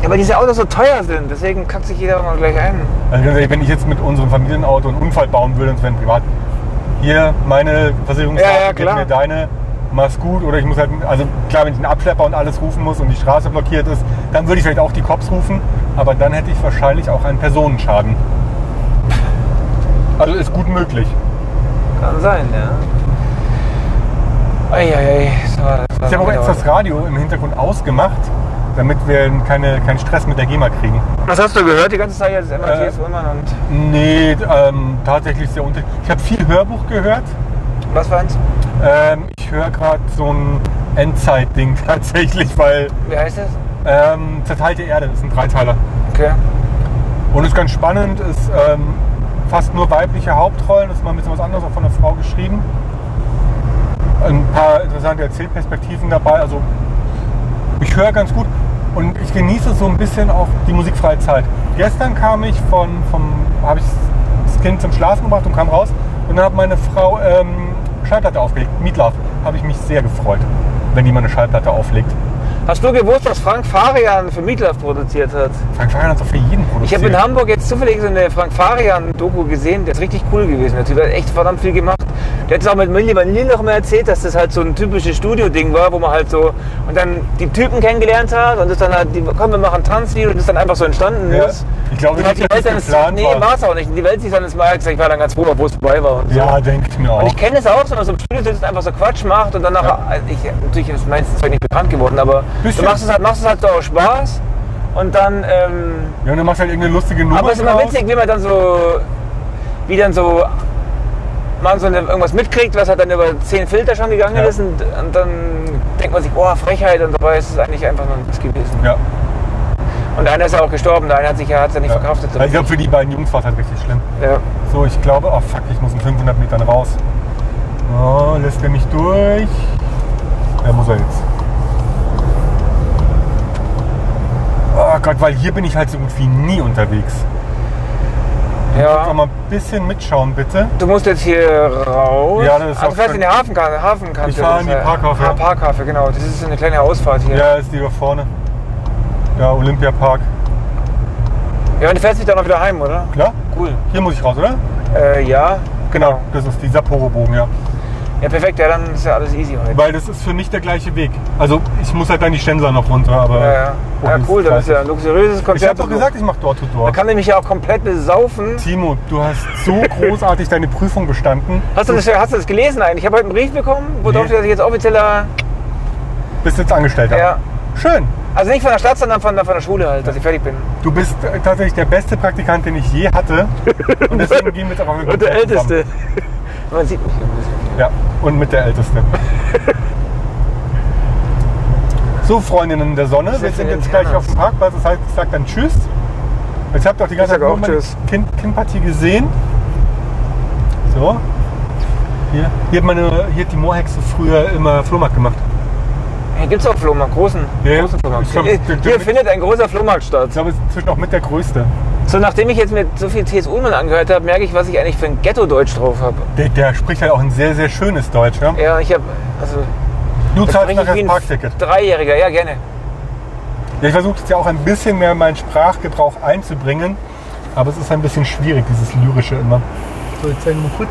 [SPEAKER 1] Aber diese Autos so teuer sind, deswegen kackt sich jeder mal gleich ein.
[SPEAKER 2] Also ganz ehrlich, wenn ich jetzt mit unserem Familienauto einen Unfall bauen würde, und es wäre ein Privat, hier meine Versicherungskarte,
[SPEAKER 1] Ja, ja,
[SPEAKER 2] gib
[SPEAKER 1] klar.
[SPEAKER 2] mir deine, mach's gut. Oder ich muss halt, also klar, wenn ich einen Abschlepper und alles rufen muss und die Straße blockiert ist, dann würde ich vielleicht auch die Cops rufen, aber dann hätte ich wahrscheinlich auch einen Personenschaden. Also ist gut möglich.
[SPEAKER 1] Kann sein, ja. Eieiei, das war, das war
[SPEAKER 2] Ich habe auch
[SPEAKER 1] wieder
[SPEAKER 2] extra
[SPEAKER 1] was.
[SPEAKER 2] das Radio im Hintergrund ausgemacht, damit wir keine, keinen Stress mit der GEMA kriegen.
[SPEAKER 1] Was hast du gehört die ganze Zeit jetzt? MRTS
[SPEAKER 2] Äh.
[SPEAKER 1] Ullmann und
[SPEAKER 2] Nee, ähm, tatsächlich sehr unter. Ich habe viel Hörbuch gehört.
[SPEAKER 1] was war eins?
[SPEAKER 2] Ähm, ich höre gerade so ein Endzeit-Ding [laughs] tatsächlich, weil
[SPEAKER 1] Wie heißt das?
[SPEAKER 2] ähm, Zerteilte Erde ist ein Dreiteiler.
[SPEAKER 1] Okay.
[SPEAKER 2] Und ist ganz spannend, ist ähm, fast nur weibliche Hauptrollen, ist mal ein bisschen was anderes, auch von einer Frau geschrieben. Ein paar interessante Erzählperspektiven dabei, also ich höre ganz gut und ich genieße so ein bisschen auch die musikfreie Zeit. Gestern kam ich von, vom, habe ich das Kind zum Schlafen gebracht und kam raus und dann hat meine Frau ähm, Schallplatte aufgelegt, Mietlauf. Habe ich mich sehr gefreut, wenn die mal eine Schallplatte auflegt.
[SPEAKER 1] Hast du gewusst, dass Frank Farian für Meatloaf produziert hat?
[SPEAKER 2] Frank Farian hat es für jeden
[SPEAKER 1] Ich
[SPEAKER 2] produziert.
[SPEAKER 1] habe in Hamburg jetzt zufällig so eine Frank Farian-Doku gesehen, der ist richtig cool gewesen. Der Typ hat echt verdammt viel gemacht. Der hat es auch mit Milli Vanilli noch mal erzählt, dass das halt so ein typisches Studio-Ding war, wo man halt so und dann die Typen kennengelernt hat und ist dann halt, die, komm, wir machen ein Tanzlied und ist dann einfach so entstanden
[SPEAKER 2] Ja.
[SPEAKER 1] ist.
[SPEAKER 2] Ich glaube
[SPEAKER 1] und
[SPEAKER 2] nicht,
[SPEAKER 1] hat die
[SPEAKER 2] dass
[SPEAKER 1] Welt seines,
[SPEAKER 2] das geplant
[SPEAKER 1] Nee,
[SPEAKER 2] war.
[SPEAKER 1] war es auch nicht. Und Die Welt sich seines Mal gesagt, ich war dann ganz froh, obwohl es vorbei war. Und so.
[SPEAKER 2] ja, denke ich mir auch.
[SPEAKER 1] Und ich kenne es auch, so, dass man so im Studio sitzt, einfach so Quatsch macht und dann nachher, also ich, natürlich ist meins Zeug nicht bekannt geworden, aber du
[SPEAKER 2] Bisschen.
[SPEAKER 1] machst es halt, machst es halt so aus Spaß und dann, ähm,
[SPEAKER 2] ja, und dann machst du halt irgendeine lustige Nummer
[SPEAKER 1] aber es ist immer
[SPEAKER 2] draus.
[SPEAKER 1] witzig, wie man dann so, wie dann so, man so eine, irgendwas mitkriegt, was halt dann über zehn Filter schon gegangen
[SPEAKER 2] Ja.
[SPEAKER 1] ist und, und dann denkt man sich, boah, Frechheit und dabei ist es eigentlich einfach nur ein Witz gewesen.
[SPEAKER 2] Ja.
[SPEAKER 1] Und einer ist ja auch gestorben, der eine hat sich ja, hat's ja nicht
[SPEAKER 2] Ja.
[SPEAKER 1] verkraftet.
[SPEAKER 2] Also ich glaube, für die beiden Jungs war es halt richtig schlimm.
[SPEAKER 1] ja.
[SPEAKER 2] So, ich glaube, oh fuck, ich muss in 500 Metern raus. Oh, lässt er mich durch? Ja, muss er jetzt. Oh Gott, weil hier bin ich halt so gut wie nie unterwegs. Kannst du
[SPEAKER 1] ja.
[SPEAKER 2] mal ein bisschen mitschauen, bitte?
[SPEAKER 1] Du musst jetzt hier raus.
[SPEAKER 2] Ja, das ist
[SPEAKER 1] ah, du
[SPEAKER 2] auch
[SPEAKER 1] fährst in
[SPEAKER 2] schön.
[SPEAKER 1] die Hafenkante. Hafenkante
[SPEAKER 2] Ich fahre in die
[SPEAKER 1] das ist, äh,
[SPEAKER 2] Parkhafe,
[SPEAKER 1] Ah,
[SPEAKER 2] ja.
[SPEAKER 1] Parkhafe, genau. Das ist so eine kleine Ausfahrt hier.
[SPEAKER 2] Ja, ist die da vorne. Ja, Olympiapark.
[SPEAKER 1] Ja, und du fährst dich dann auch wieder heim, oder?
[SPEAKER 2] Klar?
[SPEAKER 1] Cool.
[SPEAKER 2] Hier muss ich raus, oder?
[SPEAKER 1] Äh, ja.
[SPEAKER 2] Genau, das ist dieser Porobogen, ja.
[SPEAKER 1] Ja, perfekt. Ja, dann ist ja alles easy heute.
[SPEAKER 2] Weil das ist für mich der gleiche Weg. Also, ich muss halt dann die Stenser noch runter, aber.
[SPEAKER 1] Ja, ja.
[SPEAKER 2] Oh,
[SPEAKER 1] ja
[SPEAKER 2] das
[SPEAKER 1] cool. Dann ist
[SPEAKER 2] gleich.
[SPEAKER 1] ja ein luxuriöses Konzert.
[SPEAKER 2] Ich habe doch gesagt, ich mache Door-to-Door.
[SPEAKER 1] Da kann ich mich ja auch komplett besaufen.
[SPEAKER 2] Timo, du hast so großartig deine Prüfung bestanden.
[SPEAKER 1] Hast du das, hast du das gelesen eigentlich? Ich habe heute einen Brief bekommen, wo
[SPEAKER 2] Nee.
[SPEAKER 1] drauf steht, dass ich jetzt offizieller...
[SPEAKER 2] Bist jetzt Angestellter.
[SPEAKER 1] Ja.
[SPEAKER 2] Schön.
[SPEAKER 1] Also nicht von der Stadt, sondern von der, von der Schule halt, dass ich fertig bin.
[SPEAKER 2] Du bist äh, tatsächlich der beste Praktikant, den ich je hatte. Und deswegen gehen wir jetzt auch mal
[SPEAKER 1] Und der Älteste. [laughs] Man sieht mich ein bisschen.
[SPEAKER 2] Ja, und mit der
[SPEAKER 1] [laughs]
[SPEAKER 2] Älteste. So, Freundinnen der Sonne, wir
[SPEAKER 1] sitze
[SPEAKER 2] sind
[SPEAKER 1] in den
[SPEAKER 2] jetzt gleich
[SPEAKER 1] Tennis.
[SPEAKER 2] auf dem Parkplatz. Das heißt, ich sag dann Tschüss. Jetzt habt ihr auch die ganze
[SPEAKER 1] Ich sag
[SPEAKER 2] Zeit nur
[SPEAKER 1] auch
[SPEAKER 2] meine
[SPEAKER 1] Tschüss.
[SPEAKER 2] kind Kindpartie gesehen. So. Hier, hier, hat meine, hier hat die Moorhexe früher immer Flohmarkt gemacht.
[SPEAKER 1] Hier gibt es auch Flohmarkt, großen,
[SPEAKER 2] Ja,
[SPEAKER 1] großen Flohmarkt.
[SPEAKER 2] ich glaub,
[SPEAKER 1] hier
[SPEAKER 2] der- der-
[SPEAKER 1] hier findet ein großer Flohmarkt statt.
[SPEAKER 2] Ich glaube, es ist inzwischen auch mit der größte.
[SPEAKER 1] So, nachdem ich jetzt mit so viel TS Ullmann angehört habe, merke ich, was ich eigentlich für ein Ghetto-Deutsch drauf habe.
[SPEAKER 2] Der, der spricht halt auch ein sehr, sehr schönes Deutsch. Ja?
[SPEAKER 1] Ja, ich habe, also,
[SPEAKER 2] Du
[SPEAKER 1] das
[SPEAKER 2] zahlst
[SPEAKER 1] spreche ich
[SPEAKER 2] nachher
[SPEAKER 1] wie
[SPEAKER 2] das
[SPEAKER 1] ein
[SPEAKER 2] Parkticket.
[SPEAKER 1] Dreijähriger, ja, gerne.
[SPEAKER 2] Ja, ich versuche es ja auch ein bisschen mehr in meinen Sprachgebrauch einzubringen, aber es ist ein bisschen schwierig, dieses Lyrische immer.
[SPEAKER 3] So, jetzt zeigen wir kurz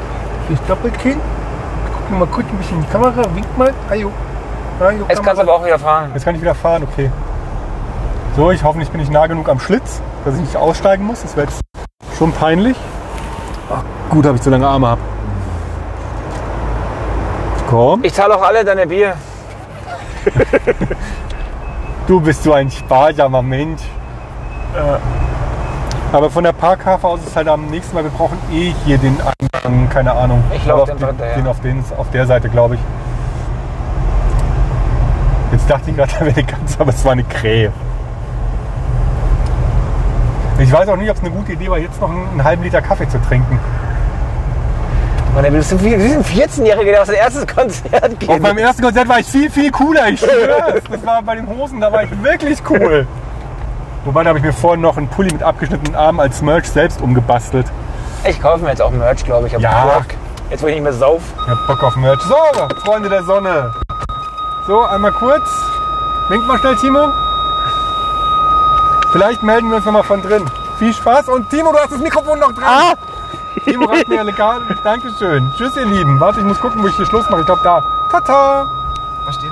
[SPEAKER 3] das Doppelkinn. Gucken wir mal kurz ein bisschen in die Kamera, wink mal. Ajo. Ajo,
[SPEAKER 1] Jetzt kannst du aber auch wieder fahren.
[SPEAKER 2] Jetzt kann ich wieder fahren, okay. So, ich hoffe, ich bin nicht nah genug am Schlitz, dass ich nicht aussteigen muss. Das wäre jetzt schon peinlich. Ach, gut, habe ich so lange Arme hab. Komm.
[SPEAKER 1] Ich zahle auch alle deine Bier.
[SPEAKER 2] Du bist so ein sparsamer Mensch. Äh, Aber von der Parkhafe aus ist halt am nächsten Mal, wir brauchen eh hier den Eingang, keine Ahnung.
[SPEAKER 1] Ich lauf
[SPEAKER 2] Aber auf
[SPEAKER 1] den
[SPEAKER 2] den,
[SPEAKER 1] dritten, ja.
[SPEAKER 2] den, auf, den auf der Seite, glaube ich. Jetzt dachte ich gerade, [laughs] da wäre eine Katze, aber es war eine Krähe. Ich weiß auch nicht, ob es eine gute Idee war, jetzt noch einen, einen halben Liter Kaffee zu trinken.
[SPEAKER 1] Mann, ey, bist du wie wie ein 14-Jähriger, der auf sein erstes [laughs] Konzert geht.
[SPEAKER 2] Auf meinem ersten Konzert war ich viel, viel cooler, ich schwör's. Das war bei den Hosen, da war ich wirklich cool. Wobei, da habe ich mir vorhin noch einen Pulli mit abgeschnittenen Armen als Merch selbst umgebastelt.
[SPEAKER 1] Ich kaufe mir jetzt auch Merch, glaube ich. auf
[SPEAKER 2] Ja.
[SPEAKER 1] Bock. Jetzt, wo ich nicht mehr sauf.
[SPEAKER 2] Ich hab Bock auf Merch. So, Freunde der Sonne. So, einmal kurz. Wink mal schnell, Timo. Vielleicht melden wir uns nochmal von drin. Viel Spaß und Timo, du hast das Mikrofon noch dran. Timo reicht mir legal. Dankeschön. Tschüss, ihr Lieben. Warte, ich muss gucken, wo ich hier Schluss mache. Ich glaube, da. Tata.
[SPEAKER 1] Was steht